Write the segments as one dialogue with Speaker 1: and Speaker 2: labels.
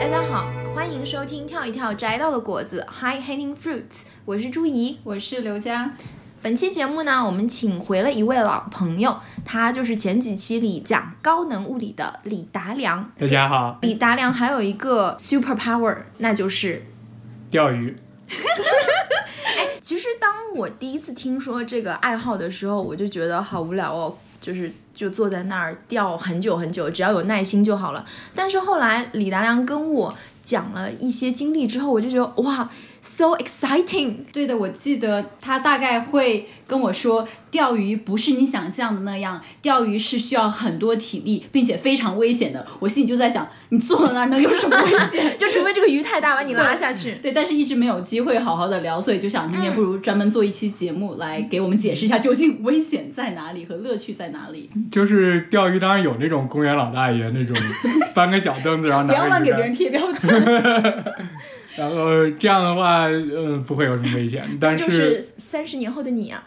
Speaker 1: 大家好，欢迎收听《跳一跳摘到的果子》（High Hanging Fruits），我是朱怡。
Speaker 2: 我是刘佳，
Speaker 1: 本期节目呢，我们请回了一位老朋友，他就是前几期里讲高能物理的李达良。
Speaker 3: 大家好，
Speaker 1: 李达良还有一个 super power，那就是，
Speaker 3: 钓鱼。
Speaker 1: 其实当我第一次听说这个爱好的时候，我就觉得好无聊哦，就是就坐在那儿钓很久很久，只要有耐心就好了。但是后来李达良跟我讲了一些经历之后，我就觉得哇，so exciting！
Speaker 2: 对的，我记得他大概会跟我说，钓鱼不是你想象的那样，钓鱼是需要很多体力，并且非常危险的。我心里就在想，你坐在那儿能有什么危险？
Speaker 1: 就除非这个鱼太大把你拉下去。
Speaker 2: 对，但是一直没有机会好好的聊，所以就想今天不如专门做一期节目来给我们解释一下究竟危险在哪里和乐趣在哪里。
Speaker 3: 就是钓鱼，当然有那种公园老大爷 那种翻个小凳子，然后
Speaker 2: 不要
Speaker 3: 拿
Speaker 2: 乱
Speaker 3: 个
Speaker 2: 给
Speaker 3: 鱼
Speaker 2: 别人
Speaker 3: 竿，
Speaker 2: 贴标签。
Speaker 3: 然后这样的话，嗯、不会有什么危 险。但是、
Speaker 1: 就是三十年后的你啊，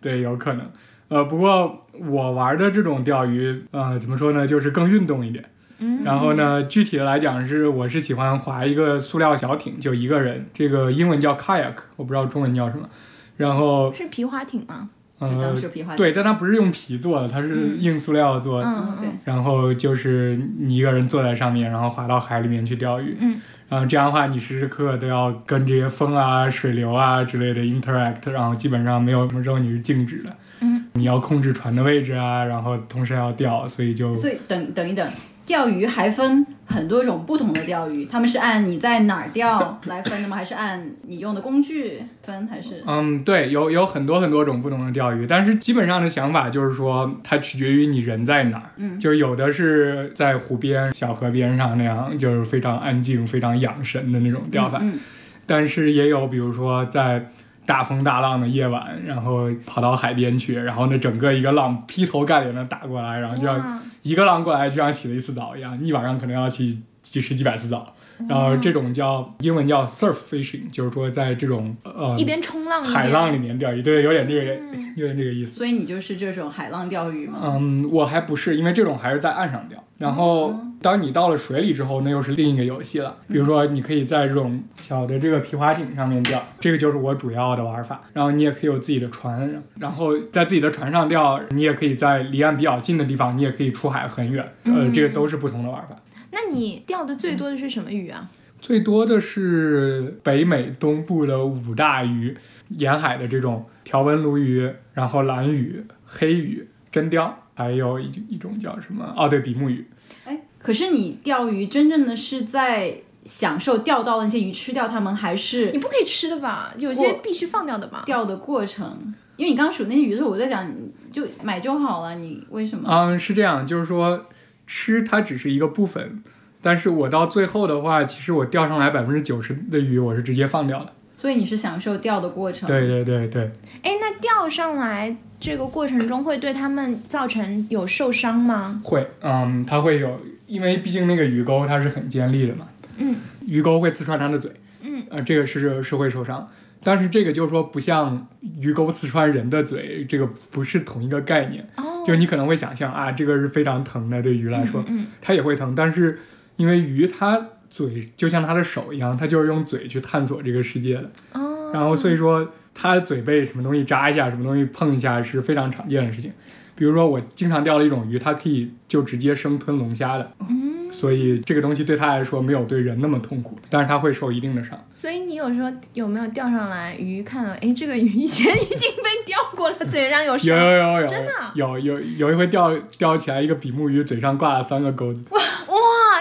Speaker 3: 对，有可能。呃，不过我玩的这种钓鱼，呃，怎么说呢，就是更运动一点。
Speaker 1: 嗯
Speaker 3: 然后呢，具体的来讲是，我是喜欢划一个塑料小艇，就一个人，这个英文叫 kayak，我不知道中文叫什么。然后，
Speaker 1: 是皮划艇吗？
Speaker 3: 呃
Speaker 2: 当，时皮划艇
Speaker 3: 对，但它不是用皮做的，它是
Speaker 1: 嗯
Speaker 3: 硬塑料做的。
Speaker 1: 嗯
Speaker 2: 对
Speaker 1: 嗯
Speaker 3: 然后就是你一个人坐在上面，然后滑到海里面去钓鱼。
Speaker 1: 嗯，
Speaker 3: 然后这样的话，你时时刻刻都要跟这些风啊、水流啊之类的 interact，然后基本上没有什么时候你是静止的。
Speaker 1: 嗯，
Speaker 3: 你要控制船的位置啊，然后同时还要钓，所以就
Speaker 2: 所以等等一等，钓鱼还分很多种不同的钓鱼，他们是按你在哪儿钓来分的吗？还是按你用的工具分？还是
Speaker 3: 嗯，对，有有很多很多种不同的钓鱼，但是基本上的想法就是说，它取决于你人在哪儿。
Speaker 2: 嗯
Speaker 3: 就是有的是在湖边、小河边上那样，就是非常安静、非常养神的那种钓法。
Speaker 2: 嗯，
Speaker 3: 但是也有比如说在大风大浪的夜晚，然后跑到海边去，然后呢整个一个浪劈头盖脸的打过来，然后
Speaker 1: 嗯，
Speaker 3: 就像
Speaker 1: 哇
Speaker 3: 一个浪过来就像洗了一次澡一样，一晚上可能要洗几十几百次澡。然后这种叫英文叫 surf fishing，就是说在这种呃
Speaker 1: 一边冲浪一边
Speaker 3: 海浪里面钓鱼，对，有点这个、
Speaker 1: 嗯
Speaker 3: 有点这个意思。
Speaker 2: 所以你就是这种海浪钓鱼吗？
Speaker 3: 嗯，我还不是，因为这种还是在岸上钓。然后，当你到了水里之后，那又是另一个游戏了。比如说，你可以在这种小的这个皮划艇上面钓，这个就是我主要的玩法。然后你也可以有自己的船，然后在自己的船上钓，你也可以在离岸比较近的地方，你也可以出海很远。呃，这个都是不同的玩法。
Speaker 1: 那你钓的最多的是什么鱼啊？
Speaker 3: 最多的是北美东部的五大鱼，沿海的这种条纹鲈鱼，然后蓝鱼、黑鱼、真鲷，还有一一种叫什么？哦，对，比目鱼。
Speaker 2: 哎，可是你钓鱼真正的是在享受钓到的那些鱼吃掉它们，还是
Speaker 1: 你不可以吃的吧？有些
Speaker 2: 我
Speaker 1: 必须放掉的吧？
Speaker 2: 钓的过程？因为你刚数那些鱼的时候，我在想，你就买就好了，你为什么？
Speaker 3: 嗯，是这样，就是说吃它只是一个部分，但是我到最后的话，其实我钓上来百分之九十的鱼，我是直接放掉的。
Speaker 2: 所以你是享受钓的过程？
Speaker 3: 对对对对。
Speaker 1: 哎，那钓上来这个过程中会对他们造成有受伤吗？
Speaker 3: 会，嗯，它会有，因为毕竟那个鱼钩它是很尖利的嘛，
Speaker 1: 嗯，
Speaker 3: 鱼钩会刺穿它的嘴，
Speaker 1: 嗯，
Speaker 3: 呃，这个是是会受伤，但是这个就是说不像鱼钩刺穿人的嘴，这个不是同一个概念，
Speaker 1: 哦，
Speaker 3: 就你可能会想象啊，这个是非常疼的，对鱼来说，
Speaker 1: 嗯，
Speaker 3: 它也会疼，但是因为鱼它嘴就像它的手一样，它就是用嘴去探索这个世界的，
Speaker 1: 嗯哦，
Speaker 3: 然后所以说它的嘴被什么东西扎一下，什么东西碰一下是非常常见的事情。比如说我经常钓的一种鱼，它可以就直接生吞龙虾的，
Speaker 1: 嗯，
Speaker 3: 所以这个东西对它来说没有对人那么痛苦，但是它会受一定的伤。
Speaker 1: 所以你有时候有没有钓上来鱼，看了，哎，这个鱼以前已经被钓过了，嘴上有
Speaker 3: 有
Speaker 1: 伤，
Speaker 3: 有有有，
Speaker 1: 真的啊
Speaker 3: 有有有一回钓钓起来一个比目鱼，嘴上挂了三个钩子，
Speaker 1: 哇，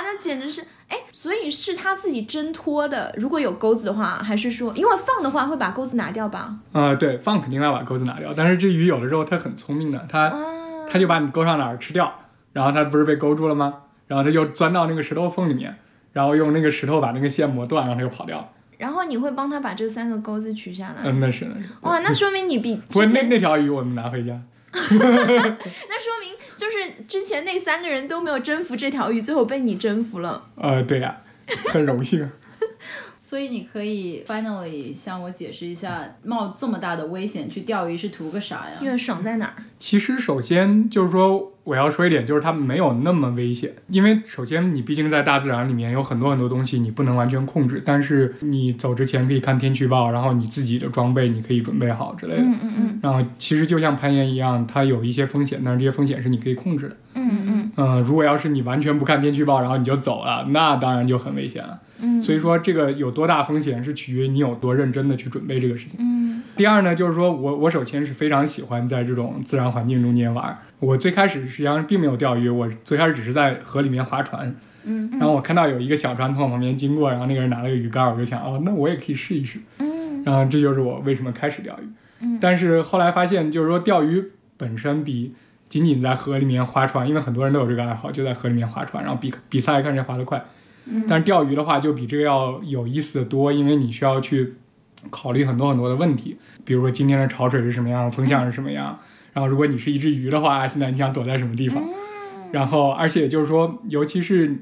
Speaker 1: 那简直是，哎，所以是他自己挣脱的，如果有钩子的话，还是说，因为放的话会把钩子拿掉吧？
Speaker 3: 呃，对，放肯定要把钩子拿掉，但是这鱼有的时候它很聪明的，它
Speaker 1: 啊，
Speaker 3: 它就把你钩上哪儿吃掉，然后它不是被勾住了吗？然后它就钻到那个石头缝里面，然后用那个石头把那个线磨断，然后它就跑掉了。
Speaker 1: 然后你会帮他把这三个钩子取下来，
Speaker 3: 嗯，那是那是。
Speaker 1: 哇，那说明你比
Speaker 3: 不过
Speaker 1: 之
Speaker 3: 那
Speaker 1: 前
Speaker 3: 那条鱼我们拿回家，
Speaker 1: 那说明就是之前那三个人都没有征服这条鱼，最后被你征服了。
Speaker 3: 呃，对呀、很荣幸。啊
Speaker 2: 所以你可以 finally 向我解释一下，冒这么大的危险去钓鱼是图个啥呀？
Speaker 1: 因为爽在哪儿？
Speaker 3: 其实首先就是说，我要说一点，就是它没有那么危险，因为首先你毕竟在大自然里面有很多很多东西你不能完全控制，但是你走之前可以看天气预报，然后你自己的装备你可以准备好之类的。
Speaker 1: 嗯嗯嗯
Speaker 3: 然后其实就像攀岩一样，它有一些风险，但是这些风险是你可以控制的。
Speaker 1: 嗯嗯
Speaker 3: 嗯、如果要是你完全不看天气预报，然后你就走了，那当然就很危险了。
Speaker 1: 嗯
Speaker 3: 所以说这个有多大风险是取决于你有多认真的去准备这个事情。
Speaker 1: 嗯
Speaker 3: 第二呢，就是说我我首先是非常喜欢在这种自然环境中间玩儿。我最开始实际上并没有钓鱼，我最开始只是在河里面划船。
Speaker 2: 嗯，
Speaker 3: 然后我看到有一个小船从我旁边经过，然后那个人拿了个鱼竿，我就想，哦，那我也可以试一试。
Speaker 1: 嗯
Speaker 3: 然后这就是我为什么开始钓鱼。
Speaker 1: 嗯
Speaker 3: 但是后来发现，就是说钓鱼本身比仅仅在河里面划船，因为很多人都有这个爱好，就在河里面划船，然后比比赛看谁划得快。
Speaker 1: 嗯
Speaker 3: 但是钓鱼的话，就比这个要有意思的多，因为你需要去考虑很多很多的问题，比如说今天的潮水是什么样，风向是什么样，然后如果你是一只鱼的话，现在你想躲在什么地
Speaker 1: 嗯
Speaker 3: 方？然后，而且就是说，尤其是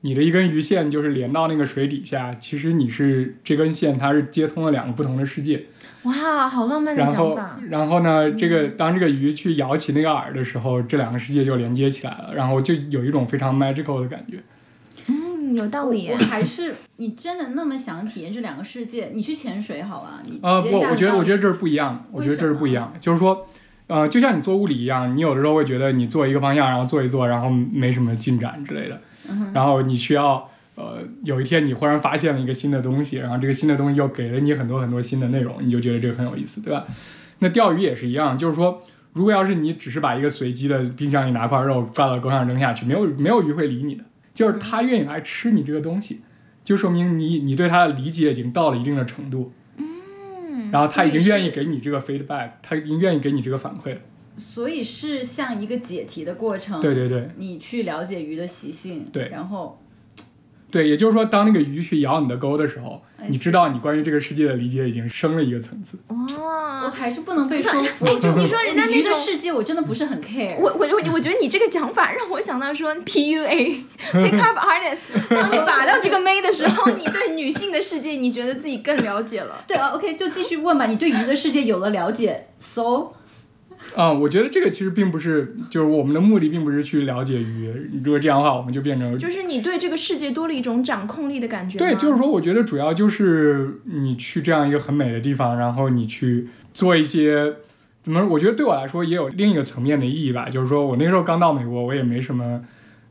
Speaker 3: 你的一根鱼线就是连到那个水底下，其实你是这根线它是接通了两个不同的世界。
Speaker 1: 哇，好浪漫的
Speaker 3: 然
Speaker 1: 讲嗯
Speaker 3: 后
Speaker 1: 法。，
Speaker 3: 然后呢，这个当这个鱼去咬起那个饵的时候，这两个世界就连接起来了，然后就有一种非常 magical 的感觉。
Speaker 1: 嗯，有道理
Speaker 2: 我。还是你真的那么想体验这两个世界？你去潜水好了，你
Speaker 3: 呃，
Speaker 2: 别
Speaker 3: 不，
Speaker 2: 下
Speaker 3: 我觉得
Speaker 2: 到
Speaker 3: 我觉得这是不一样的，我觉得这是不一样的，就是说。呃，就像你做物理一样，你有的时候会觉得你做一个方向，然后做一做，然后没什么进展之类的，然后你需要呃，有一天你忽然发现了一个新的东西，然后这个新的东西又给了你很多很多新的内容，你就觉得这个很有意思，对吧？那钓鱼也是一样，就是说，如果要是你只是把一个随机的冰箱里拿块肉抓到钩上扔下去，没有没有鱼会理你的，就是它愿意来吃你这个东西，就说明你你对它的理解已经到了一定的程度，嗯，然后它已经愿意给你这个 feedback，它已经愿意给你这个反馈了，
Speaker 2: 所以是像一个解题的过程。
Speaker 3: 对对对
Speaker 2: 你去了解鱼的习性，
Speaker 3: 对
Speaker 2: 然后
Speaker 3: 对，也就是说，当那个鱼去咬你的钩的时候
Speaker 2: I，see
Speaker 3: 你知道你关于这个世界的理解已经升了一个层次。
Speaker 2: 我
Speaker 1: 哇，
Speaker 2: 还是不能被说服。
Speaker 1: 你说人家那
Speaker 2: 鱼的
Speaker 1: 种
Speaker 2: 世界，我真的不是很 care。
Speaker 1: 我我我我觉得你这个讲法让我想到说 PUA pick up artist，当你把到这个妹的时候，你对女性的世界你觉得自己更了解了。
Speaker 2: 对啊，OK，就继续问吧。你对鱼的世界有了了解，so
Speaker 3: 啊、我觉得这个其实并不是，就是我们的目的并不是去了解鱼。如果这样的话，我们就变成
Speaker 1: 就是你对这个世界多了一种掌控力的感觉吗。
Speaker 3: 对，就是说，我觉得主要就是你去这样一个很美的地方，然后你去做一些怎么说？我觉得对我来说也有另一个层面的意义吧。就是说我那时候刚到美国，我也没什么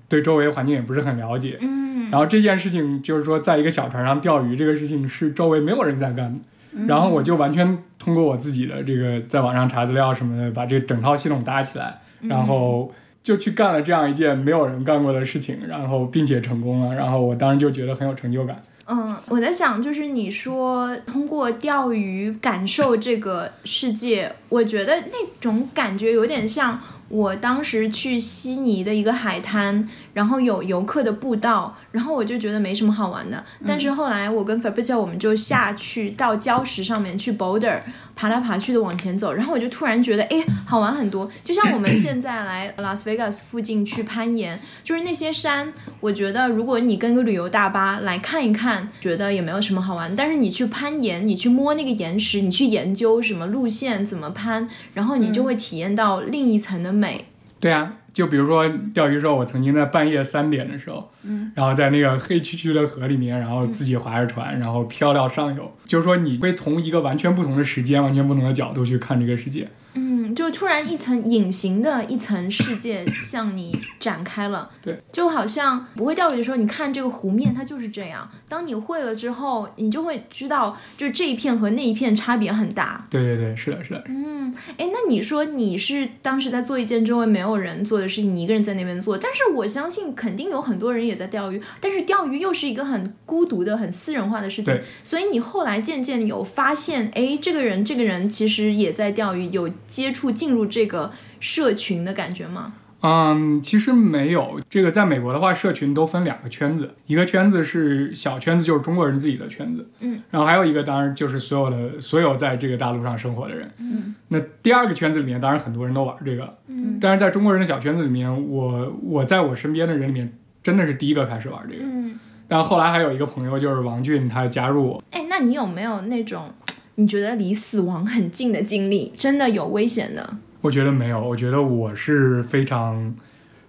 Speaker 3: 对周围环境也不是很了解。
Speaker 1: 嗯
Speaker 3: 然后这件事情就是说，在一个小船上钓鱼这个事情是周围没有人在干的，
Speaker 1: 嗯
Speaker 3: 然后我就完全通过我自己的这个在网上查资料什么的，把这整套系统搭起来，
Speaker 1: 嗯
Speaker 3: 然后就去干了这样一件没有人干过的事情，然后并且成功了，然后我当时就觉得很有成就感。
Speaker 1: 嗯，我在想，就是你说通过钓鱼感受这个世界，我觉得那种感觉有点像我当时去悉尼的一个海滩，然后有游客的步道，然后我就觉得没什么好玩的。但是后来我跟 Fabio 我们就下去到礁石上面去 boulder 爬来爬去的往前走，然后我就突然觉得，哎，好玩很多。就像我们现在来 Las Vegas 附近去攀岩，就是那些山，我觉得如果你跟个旅游大巴来看一看，觉得也没有什么好玩。但是你去攀岩，你去摸那个岩石，你去研究什么路线怎么攀，然后你就会体验到另一层的美。
Speaker 3: 对啊，就比如说钓鱼时候，我曾经在半夜三点的时候，嗯，然后在那个黑黢黢的河里面，然后自己划着船，然后漂到上游，就是说你会从一个完全不同的时间、完全不同的角度去看这个世界。
Speaker 1: 嗯，就突然一层隐形的一层世界向你展开了。
Speaker 3: 对，
Speaker 1: 就好像不会钓鱼的时候，你看这个湖面它就是这样。当你会了之后，你就会知道，就是这一片和那一片差别很大。
Speaker 3: 对对对，是的，是的。
Speaker 1: 嗯，哎，那你说你是当时在做一件周围没有人做的事情，你一个人在那边做，但是我相信肯定有很多人也在钓鱼，但是钓鱼又是一个很孤独的、很私人化的事情
Speaker 3: 对，
Speaker 1: 所以你后来渐渐有发现，哎，这个人这个人其实也在钓鱼，有接触进入这个社群的感觉吗？
Speaker 3: 嗯，其实没有。这个在美国的话，社群都分两个圈子，一个圈子是小圈子，就是中国人自己的圈子，
Speaker 1: 嗯，
Speaker 3: 然后还有一个当然就是所有的所有在这个大陆上生活的人，
Speaker 2: 嗯，
Speaker 3: 那第二个圈子里面，当然很多人都玩这个了，
Speaker 1: 嗯，
Speaker 3: 但是在中国人的小圈子里面，我我在我身边的人里面，真的是第一个开始玩这个。
Speaker 1: 嗯，
Speaker 3: 但后来还有一个朋友就是王俊，他加入我，
Speaker 1: 哎，那你有没有那种你觉得离死亡很近的经历，真的有危险的？
Speaker 3: 我觉得没有，我觉得我是非常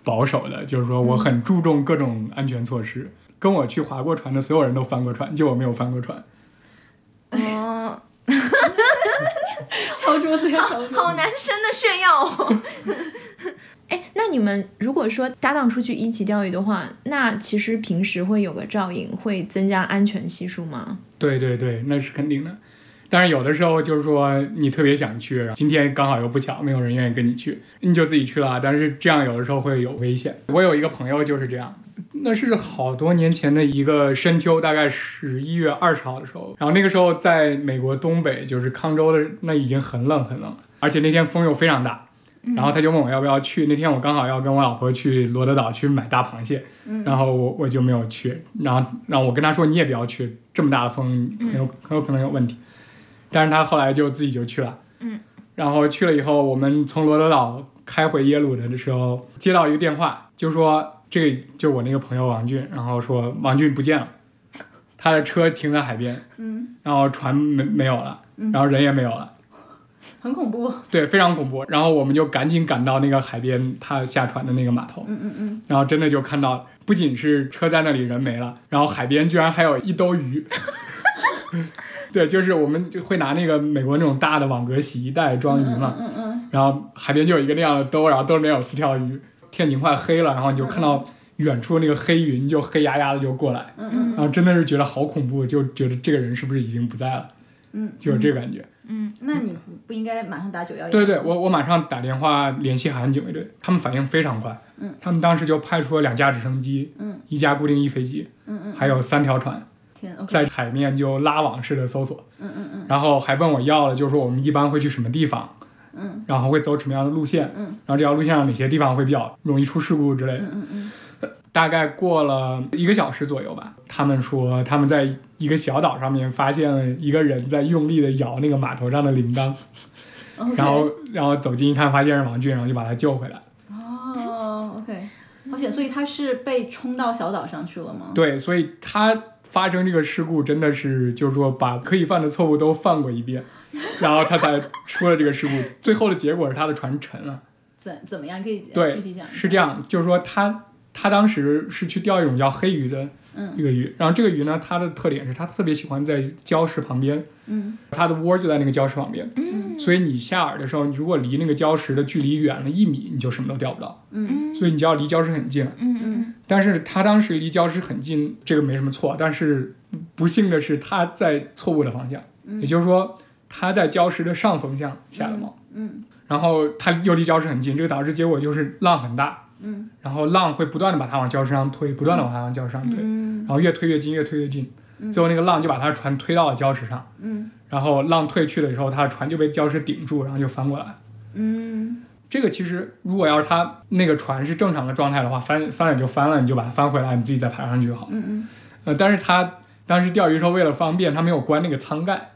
Speaker 3: 保守的，就是说我很注重各种安全措施。跟我去划过船的所有人都翻过船，就我没有翻过船。
Speaker 1: 哦，
Speaker 2: 敲桌子要敲桌子。
Speaker 1: 好男生的炫耀哦。 哎，那你们如果说搭档出去一起钓鱼的话，那其实平时会有个照应，会增加安全系数吗？
Speaker 3: 对对对，那是肯定的。但是有的时候就是说你特别想去，今天刚好又不巧，没有人愿意跟你去，你就自己去了。但是这样有的时候会有危险。我有一个朋友就是这样，那是好多年前的一个深秋，大概十一月二十号的时候，然后那个时候在美国东北，就是康州的那已经很冷很冷了，而且那天风又非常大。然后他就问我要不要去，那天我刚好要跟我老婆去罗德岛去买大螃蟹，
Speaker 2: 嗯
Speaker 3: 然后我我就没有去，然后然后我跟他说你也不要去，这么大的风
Speaker 2: 嗯
Speaker 3: 很有很有可能有问题，但是他后来就自己就去了，
Speaker 1: 嗯，
Speaker 3: 然后去了以后，我们从罗德岛开回耶鲁的时候，接到一个电话，就说这个就我那个朋友王俊，然后说王俊不 见了，他的车停在海边，
Speaker 2: 嗯，
Speaker 3: 然后船没没有了，
Speaker 2: 嗯
Speaker 3: 然后人也没有了。
Speaker 2: 很恐怖。
Speaker 3: 对，非常恐怖。然后我们就赶紧赶到那个海边，他下船的那个码头，
Speaker 2: 嗯嗯嗯，
Speaker 3: 然后真的就看到，不仅是车在那里人没了，然后海边居然还有一兜鱼。 对，就是我们就会拿那个美国那种大的网格洗衣袋装鱼嘛，
Speaker 2: 嗯嗯
Speaker 3: 然后海边就有一个那样的兜，然后兜里面有四条鱼。天已经快黑了，然后你就看到远处那个黑云就黑压压的就过来，
Speaker 2: 嗯嗯
Speaker 3: 然后真的是觉得好恐怖，就觉得这个人是不是已经不在了，
Speaker 2: 嗯，
Speaker 3: 就有这个感觉。
Speaker 2: 嗯，那你不不应该马上打九幺幺？
Speaker 3: 对对，我我马上打电话联系海岸警卫队，他们反应非常快。
Speaker 2: 嗯，
Speaker 3: 他们当时就派出了两架直升机，
Speaker 2: 嗯，
Speaker 3: 一架固定翼飞机，
Speaker 2: 嗯嗯，
Speaker 3: 还有三条船，
Speaker 2: 天，OK，
Speaker 3: 在海面就拉网式的搜索，
Speaker 2: 嗯嗯嗯
Speaker 3: 然后还问我要了，就是说我们一般会去什么地方，
Speaker 2: 嗯，
Speaker 3: 然后会走什么样的路线，
Speaker 2: 嗯，
Speaker 3: 然后这条路线上哪些地方会比较容易出事故之类的。
Speaker 2: 嗯嗯嗯，
Speaker 3: 大概过了一个小时左右吧，他们说他们在一个小岛上面发现了一个人在用力的摇那个码头上的铃铛，
Speaker 2: OK
Speaker 3: 然后然后走近一看，发现是王俊，然后就把他救回来。
Speaker 2: 哦，OK，好险，所以他是被冲到小岛上去了吗？
Speaker 3: 对，所以他发生这个事故真的是就是说把可以犯的错误都犯过一遍， 然后他才出了这个事故。最后的结果是他的船沉了。
Speaker 2: 怎怎么样？可以呃
Speaker 3: 对
Speaker 2: 具体讲一下？
Speaker 3: 是这样，就是说他他当时是去钓一种叫黑鱼的
Speaker 2: 嗯
Speaker 3: 一个鱼，然后这个鱼呢，它的特点是它特别喜欢在礁石旁边，
Speaker 2: 嗯
Speaker 3: 它的窝就在那个礁石旁边，
Speaker 1: 嗯
Speaker 3: 所以你下饵的时候，你如果离那个礁石的距离远了一米，你就什么都钓不到，
Speaker 2: 嗯
Speaker 1: 嗯
Speaker 3: 所以你就要离礁石很近。
Speaker 1: 嗯
Speaker 3: 但是他当时离礁石很近，这个没什么错，但是不幸的是他在错误的方向，
Speaker 2: 嗯
Speaker 3: 也就是说他在礁石的上风向下的锚，
Speaker 2: 嗯
Speaker 3: 然后他又离礁石很近，这个导致结果就是浪很大，
Speaker 2: 嗯
Speaker 3: 然后浪会不断的把它往礁石上推，不断的往它往礁石上推，
Speaker 2: 嗯
Speaker 3: 然后越推越近，越推越近，
Speaker 2: 嗯
Speaker 3: 最后那个浪就把它的船推到了礁石上，
Speaker 2: 嗯
Speaker 3: 然后浪退去了以后，它的船就被礁石顶住，然后就翻过来。
Speaker 2: 嗯
Speaker 3: 这个其实如果要是它那个船是正常的状态的话，翻翻了也就翻了，你就把它翻回来，你自己再爬上去就好。
Speaker 2: 嗯，
Speaker 3: 呃，但是它当时钓鱼时候为了方便，它没有关那个舱盖。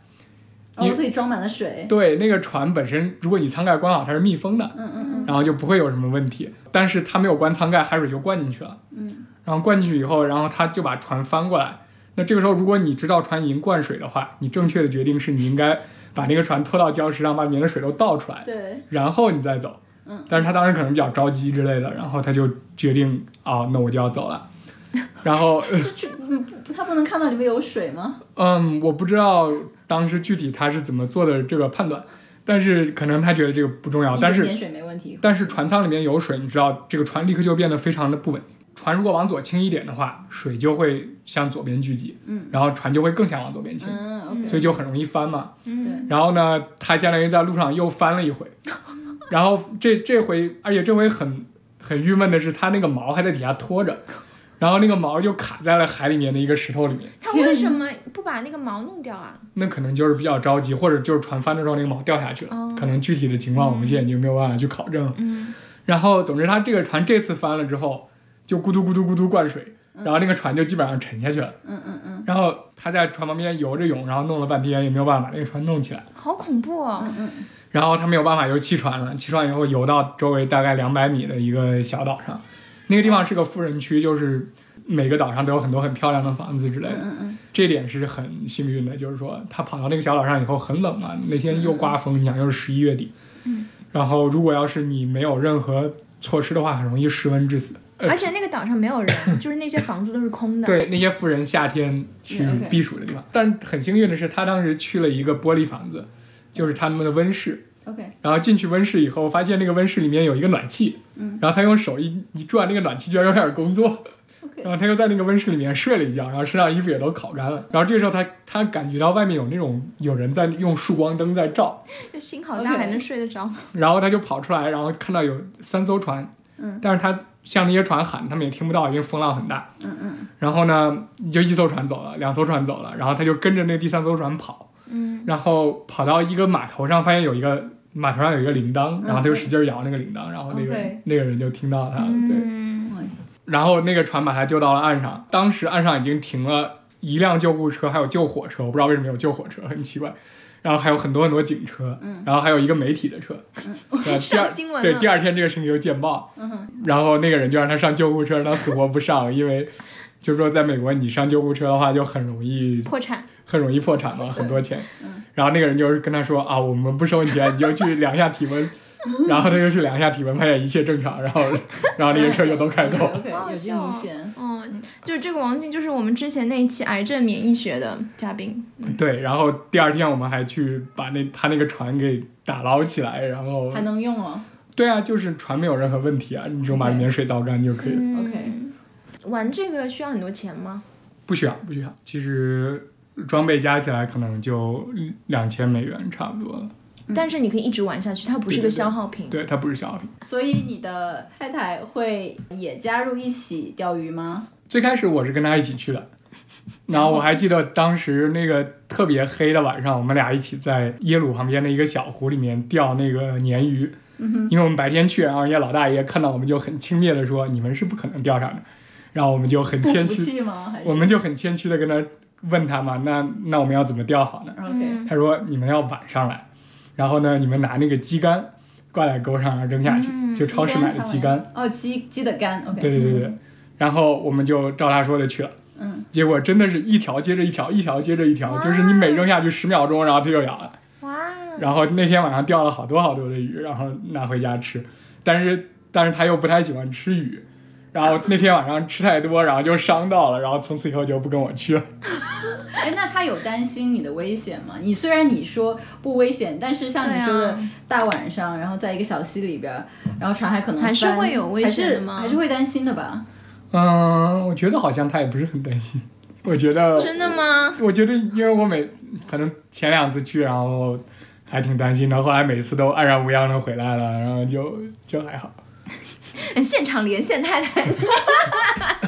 Speaker 2: 哦，所以装满了水。
Speaker 3: 对，那个船本身，如果你舱盖关好，它是密封的，
Speaker 2: 嗯嗯
Speaker 3: 然后就不会有什么问题。但是它没有关舱盖，海水就灌进去了。
Speaker 2: 嗯
Speaker 3: 然后灌进去以后，然后他就把船翻过来。那这个时候，如果你知道船已经灌水的话，你正确的决定是你应该把那个船拖到礁石上，把里面的水都倒出
Speaker 2: 嗯，
Speaker 3: 来，
Speaker 2: 对，
Speaker 3: 然后你再走。
Speaker 2: 嗯，
Speaker 3: 但是他当时可能比较着急之类的，然后他就决定啊、那我就要走了。 然后，
Speaker 2: 就去，嗯他不能看到里面有水吗？
Speaker 3: 嗯，我不知道当时具体他是怎么做的这个判断，但是可能他觉得这个不重要，
Speaker 2: 一
Speaker 3: 啊但是
Speaker 2: 点点水没问题。
Speaker 3: 但是船舱里面有水，你知道这个船立刻就变得非常的不稳定。船如果往左倾一点的话，水就会向左边聚集，
Speaker 2: 嗯，
Speaker 3: 然后船就会更想往左边倾，
Speaker 2: 嗯，OK，
Speaker 3: 所以就很容易翻嘛。
Speaker 1: 嗯
Speaker 3: 然后呢，他相当于在路上又翻了一回，然后这这回，而且这回很很郁闷的是，他那个锚还在底下拖着，然后那个锚就卡在了海里面的一个石头里面。
Speaker 1: 他为什么不把那个毛弄掉啊？
Speaker 3: 那可能就是比较着急，或者就是船翻的时候那个锚掉下去了，
Speaker 1: 哦
Speaker 3: 可能具体的情况我们现在已经没有办法去考证了。
Speaker 1: 嗯
Speaker 3: 然后总之他这个船这次翻了之后，就咕嘟咕嘟咕嘟灌水，然后那个船就基本上沉下去了。
Speaker 2: 嗯嗯嗯
Speaker 3: 然后他在船旁边游着泳，然后弄了半天也没有办法把那个船弄起来。
Speaker 1: 好恐怖哦！
Speaker 3: 呃
Speaker 2: 嗯嗯，
Speaker 3: 然后他没有办法又弃船了，弃船以后游到周围大概两百米的一个小岛上，那个地方是个富人区，就是每个岛上都有很多很漂亮的房子之类的。
Speaker 2: 嗯嗯
Speaker 3: 这点是很幸运的，就是说他跑到那个小岛上以后很冷啊，那天又刮风，你想又是十一月底，
Speaker 1: 嗯，
Speaker 3: 然后如果要是你没有任何措施的话，很容易失温致死。呃
Speaker 1: 而且那个岛上没有人，就是那些房子都是空的。，
Speaker 3: 对那些富人夏天去
Speaker 2: 嗯，OK
Speaker 3: 避暑的地方，但很幸运的是，他当时去了一个玻璃房子，就是他们的温室。
Speaker 2: ，OK，
Speaker 3: 然后进去温室以后，发现那个温室里面有一个暖气，
Speaker 2: 嗯，
Speaker 3: 然后他用手一一转，那个暖气居然又开始工作，
Speaker 2: OK
Speaker 3: 然后他又在那个温室里面睡了一觉，然后身上衣服也都烤干了，然后这个时候他他感觉到外面有那种有人在用束光灯在照，
Speaker 1: 这心好大，
Speaker 2: OK
Speaker 1: 还能睡得着？
Speaker 3: 然后他就跑出来，然后看到有三艘船，
Speaker 2: 嗯，
Speaker 3: 但是他向那些船喊，他们也听不到，因为风浪很大，
Speaker 2: 嗯嗯
Speaker 3: 然后呢，就一艘船走了，两艘船走了，然后他就跟着那第三艘船跑，
Speaker 1: 嗯，
Speaker 3: 然后跑到一个码头上，发现有一个码头上有一个铃铛，
Speaker 2: 嗯
Speaker 3: 然后他就使劲摇那个铃铛，然后那个人
Speaker 2: OK
Speaker 3: 那个人就听到他了，啊对，
Speaker 1: 嗯，
Speaker 3: 然后那个船把他救到了岸上，当时岸上已经停了一辆救护车，还有救火车，我不知道为什么有救火车，很奇怪。然后还有很多很多警车，
Speaker 2: 嗯
Speaker 3: 然后还有一个媒体的车， 对呃第
Speaker 1: 上
Speaker 3: 二
Speaker 1: 新闻
Speaker 3: 对
Speaker 1: 了。
Speaker 3: 第二天这个事情就见报，
Speaker 2: 嗯哼
Speaker 3: 然后那个人就让他上救护车，他死活不上，因为就是说在美国你上救护车的话就很容易
Speaker 1: 破产，
Speaker 3: 很容易破产嘛，很多钱
Speaker 2: 嗯。
Speaker 3: 然后那个人就是跟他说啊，我们不收你钱，你就去量一下体温。然后他就去量一下体温，发现一切正常，然后 然后那些车就 都开走。
Speaker 2: ，OK，有惊
Speaker 3: 哦
Speaker 2: 无险。
Speaker 1: 嗯，就是这个王静，就是我们之前那一期癌症免疫学的嘉宾，
Speaker 3: 对，然后第二天我们还去把那他那个船给打捞起来，然后
Speaker 2: 还能用哦，
Speaker 3: 对啊，就是船没有任何问题啊，你只用把里面水倒干就可以了。
Speaker 1: 嗯
Speaker 2: OK
Speaker 1: 玩这个需要很多钱吗？
Speaker 3: 不需要，不需要。其实装备加起来可能就两千美元差不多了。
Speaker 2: 嗯
Speaker 1: 但是你可以一直玩下去，它不是
Speaker 3: 对
Speaker 1: 个
Speaker 3: 对对
Speaker 1: 消耗品。
Speaker 3: 对，它不是消耗品。
Speaker 2: 所以你的太太会也加入一起钓鱼吗？
Speaker 3: 最开始我是跟他一起去的，然后我还记得当时那个特别黑的晚上，我们俩一起在耶鲁旁边的一个小湖里面钓那个鲶鱼。因为我们白天去，然后人家老大爷看到我们就很轻蔑的说：“你们是不可能钓上的。”然后我们就很
Speaker 2: 不服
Speaker 3: 谦虚，
Speaker 2: 气吗？还是
Speaker 3: 我们就很谦虚的跟他问他嘛：“那那我们要怎么钓好呢？”
Speaker 2: OK
Speaker 3: 他说：“你们要晚上来，然后呢，你们拿那个鸡竿挂在钩上，然后扔下去，
Speaker 1: 嗯
Speaker 3: 就超市买的鸡竿。
Speaker 2: 哦，鸡鸡的肝 OK，
Speaker 3: 对对对
Speaker 1: 嗯
Speaker 3: 对，然后我们就照他说的去了。
Speaker 2: 嗯，
Speaker 3: 结果真的是一条接着一条，一条接着一条，
Speaker 1: 哇嗯
Speaker 3: 就是你每扔下去十秒钟，然后它就咬了。
Speaker 1: 哇，
Speaker 3: 然后那天晚上钓了好多好多的鱼，然后拿回家吃，但是但是他又不太喜欢吃鱼，然后那天晚上吃太多，然后就伤到了，然后从此以后就不跟我去了。
Speaker 2: 哎，那他有担心你的危险吗？你虽然你说不危险，但是像
Speaker 1: 对
Speaker 2: 你
Speaker 1: 啊
Speaker 2: 说的，大晚上，然后在一个小溪里边，然后船还可能
Speaker 1: 还是
Speaker 2: 翻
Speaker 1: 会有危险的吗
Speaker 2: 还是还是会担心的吧？
Speaker 3: 嗯，我觉得好像他也不是很担心，我觉得
Speaker 1: 真的吗？
Speaker 3: 我觉得，因为我每可能前两次去，然后还挺担心的，后来每次都安然无恙的回来了，然后就就还好。
Speaker 1: 现场连线太太，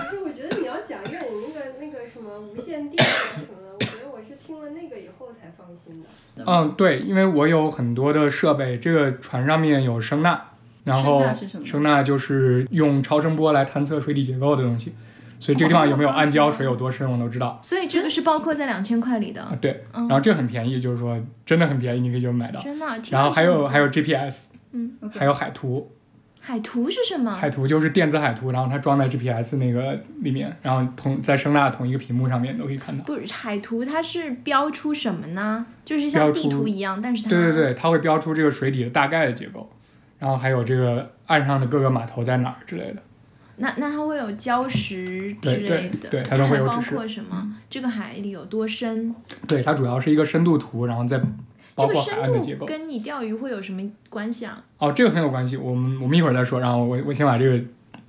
Speaker 4: 所以我觉得你要讲一个你那个那个什么无线电啊什么的，我觉得我是听了那个以后才放心的。
Speaker 3: 嗯，对，因为我有很多的设备，这个船上面有声呐，然后
Speaker 2: 声呐是什么
Speaker 3: 声呐就是用超声波来探测水底结构的东西，所以这个地方有没有暗礁，水有多深，我都知道
Speaker 1: 所以这个是包括在两千块里
Speaker 3: 啊
Speaker 1: 的。。
Speaker 3: 对，
Speaker 1: 嗯
Speaker 3: 然，后这很便宜，就是说真的很便宜，你可以就买到。
Speaker 1: 真的。啊听
Speaker 3: 然后
Speaker 1: 上去
Speaker 3: 还有
Speaker 1: 很
Speaker 3: 还有 GPS，
Speaker 2: OK
Speaker 3: 还有海图，
Speaker 1: 海图是什么？
Speaker 3: 海图就是电子海图，然后它装在 GPS 那个里面，然后同在声呐同一个屏幕上面都可以看到。
Speaker 1: 不是海图，它是标出什么呢？就是像
Speaker 3: 标出
Speaker 1: 地图一样，但是它啊
Speaker 3: 对对对，它会标出这个水底的大概的结构，然后还有这个岸上的各个码头在哪儿之类的。
Speaker 1: 那那它会有礁石之
Speaker 3: 对
Speaker 1: 类的，
Speaker 3: 对对它都会有
Speaker 1: 还包
Speaker 3: 指示嗯
Speaker 1: 括什么？这个海里有多深？
Speaker 3: 对，它主要是一个深度图，然后再
Speaker 1: 这
Speaker 3: 包
Speaker 1: 个
Speaker 3: 括海岸的结
Speaker 1: 深度
Speaker 3: 构。
Speaker 1: 跟你钓鱼会有什么关系啊？
Speaker 3: 哦，这个很有关系，我们我们一会儿再说。然后我我先把这个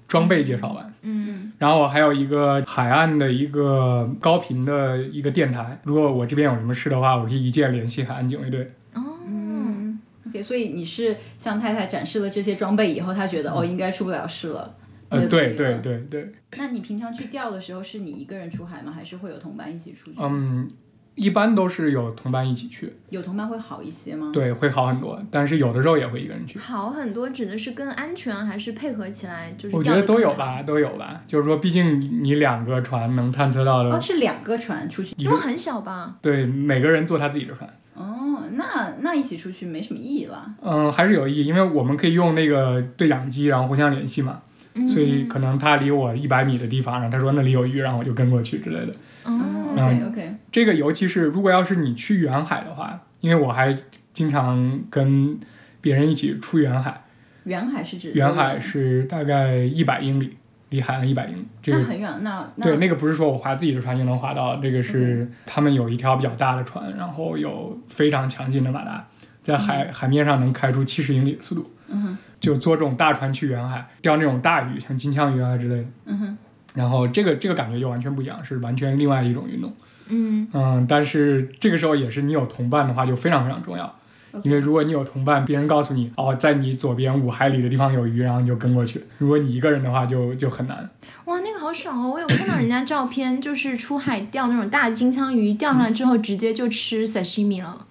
Speaker 3: 装备介绍完。
Speaker 1: 嗯，
Speaker 3: 然后我还有一个海岸的一个高频的一个电台，如果我这边有什么事的话，我可以一键联系海岸警卫队。
Speaker 1: 哦，
Speaker 2: 嗯，OK，所以你是向太太展示了这些装备以后，她觉得哦，应该出不了事了。
Speaker 3: 呃，对
Speaker 2: 对
Speaker 3: 对对对，
Speaker 2: 那你平常去钓的时候，是你一个人出海吗？还是会有同伴一起出去？
Speaker 3: 嗯，一般都是有同伴一起去，
Speaker 2: 有同伴会好一些吗？
Speaker 3: 对，会好很多。但是有的时候也会一个人去，
Speaker 1: 好很多指的是更安全还是配合起来就是
Speaker 3: 我觉
Speaker 1: 钓
Speaker 3: 得
Speaker 1: 得
Speaker 3: 都
Speaker 1: 更
Speaker 3: 有
Speaker 1: 好。
Speaker 3: 吧，都有吧。就是说，毕竟你两个船能探测到
Speaker 2: 哦，
Speaker 3: 的，
Speaker 2: 是两个船出去
Speaker 3: 一
Speaker 1: 因
Speaker 3: 个
Speaker 1: 为很小吧，
Speaker 3: 对每个人坐他自己的船，
Speaker 2: 哦，那那一起出去没什么意义了。
Speaker 3: 嗯，还是有意义，因为我们可以用那个对讲机，然后互相联系嘛。
Speaker 1: 嗯、
Speaker 3: 所以可能他离我一百米的地方，然后他说那里有鱼，然后我就跟过去之类的。嗯
Speaker 1: 哦，
Speaker 2: 嗯 OK OK，
Speaker 3: 这个尤其是如果要是你去远海的话，因为我还经常跟别人一起出远海，
Speaker 2: 远海是指
Speaker 3: 远海是大概一百英里，离海岸一百英里。这
Speaker 2: 那
Speaker 3: 个
Speaker 2: 很远，那那嗯
Speaker 3: 对，那个不是说我划自己的船就能划到，这个是他们有一条比较大的船，然后有非常强劲的马达，在海、海面上能开出七十英里的速度。
Speaker 2: 嗯哼
Speaker 3: 就坐这种大船去远海，钓那种大鱼，像金枪鱼啊之类的。
Speaker 2: 嗯哼，
Speaker 3: 然后这个这个感觉就完全不一样，是完全另外一种运动。
Speaker 1: 嗯，
Speaker 3: 嗯，但是这个时候也是你有同伴的话就非常非常重要，因为如果你有同伴，别人告诉你哦，在你左边五海里的地方有鱼，然后你就跟过去；如果你一个人的话就，就很难。
Speaker 1: 哇，那个好爽哦！我有看到人家照片，就是出海钓那种大金枪鱼，钓上来之后直接就吃 sashimi 了。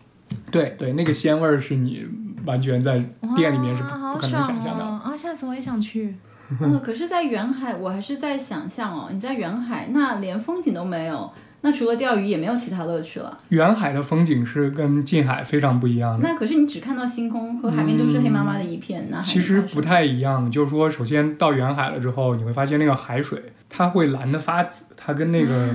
Speaker 3: 对对，那个鲜味儿是你完全在
Speaker 1: 哇，
Speaker 3: 嗯店里面是不不
Speaker 1: 好
Speaker 3: 可能
Speaker 1: 爽
Speaker 3: 想象到的。
Speaker 1: 哦！啊，下次我也想去。
Speaker 2: 嗯，可是，在远海，我还是在想象哦，你在远海，那连风景都没有，那除了钓鱼也没有其他乐趣了。
Speaker 3: 远海的风景是跟近海非常不一样的。
Speaker 2: 那可是你只看到星空和海面都是黑麻麻的一片，那还
Speaker 3: 嗯其实
Speaker 2: 还是
Speaker 3: 不太一样，就是说，首先到远海了之后，你会发现那个海水它会蓝的发紫，它跟那个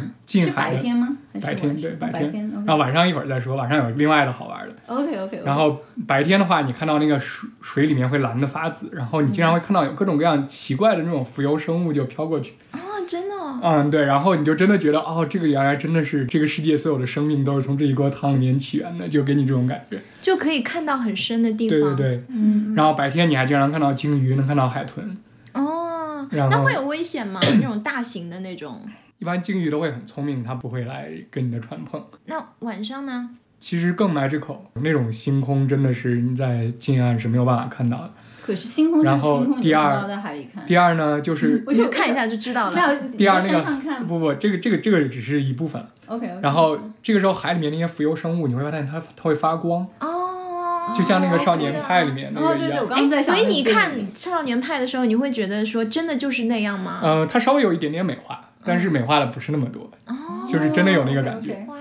Speaker 2: 嗯
Speaker 3: 近
Speaker 2: 是
Speaker 3: 海
Speaker 2: 白
Speaker 3: 的，
Speaker 2: 天吗？还是
Speaker 3: 白天
Speaker 2: 晚上
Speaker 3: 对白
Speaker 2: 白
Speaker 3: 天
Speaker 2: 天。
Speaker 3: 然后晚上一会儿再说，晚上有另外的好玩的。
Speaker 2: OK OK，
Speaker 3: 然后白天的话，你看到那个水水里面会蓝的发紫，然后你经常会看到有各种各样奇怪的那种浮游生物就飘过去，
Speaker 1: 啊，真的哦、
Speaker 3: 嗯，对，然后你就真的觉得哦，这个原来真的是这个世界所有的生命都是从这一锅汤里面起源的，就给你这种感觉。
Speaker 1: 就可以看到很深的地
Speaker 3: 对对
Speaker 1: 方。对
Speaker 3: 对，
Speaker 1: 嗯，
Speaker 3: 然后白天你还经常看到鲸鱼，能看到海豚，
Speaker 1: 哦，
Speaker 3: 然
Speaker 1: 那
Speaker 3: 后
Speaker 1: 会有危险吗？那种大型的那种？
Speaker 3: 一般鲸鱼都会很聪明，它不会来跟你的船碰。
Speaker 1: 那晚上呢？
Speaker 3: 其实更来这口，那种星空真的是你在近岸是没有办法看到的。
Speaker 2: 可是星空就是
Speaker 3: 然后
Speaker 2: 星空，你
Speaker 3: 第
Speaker 2: 不
Speaker 3: 二
Speaker 2: 要在海里看。
Speaker 3: 第二呢，就是
Speaker 2: 我觉
Speaker 1: 你
Speaker 2: 得
Speaker 1: 看一下就知道了。
Speaker 2: 那
Speaker 3: 第二
Speaker 2: 在
Speaker 3: 那个
Speaker 2: 山上看
Speaker 3: 不不，这个这个这个只是一部分。
Speaker 2: OK OK。
Speaker 3: 然后这个时候海里面那些浮游生物，你会发现它它会发光，
Speaker 1: 哦，
Speaker 3: 就像那个
Speaker 1: 超
Speaker 3: 少
Speaker 1: 酷
Speaker 3: 年
Speaker 1: 的
Speaker 3: 派里面那
Speaker 2: 哦
Speaker 3: 个
Speaker 2: 对
Speaker 3: 一
Speaker 2: 对，我
Speaker 3: 样。
Speaker 2: 刚刚在
Speaker 1: 哎，
Speaker 2: 想
Speaker 1: 所
Speaker 2: 那
Speaker 1: 以
Speaker 2: 个
Speaker 1: 你
Speaker 2: 电影
Speaker 1: 看《少年派》的时候，你会觉得说真的就是那样吗？
Speaker 3: 嗯，它稍微有一点点美化，但是美化的不是那么多。
Speaker 1: 哦，
Speaker 3: 就是真的有那个感觉
Speaker 2: 哦，OK，OK
Speaker 1: 哇，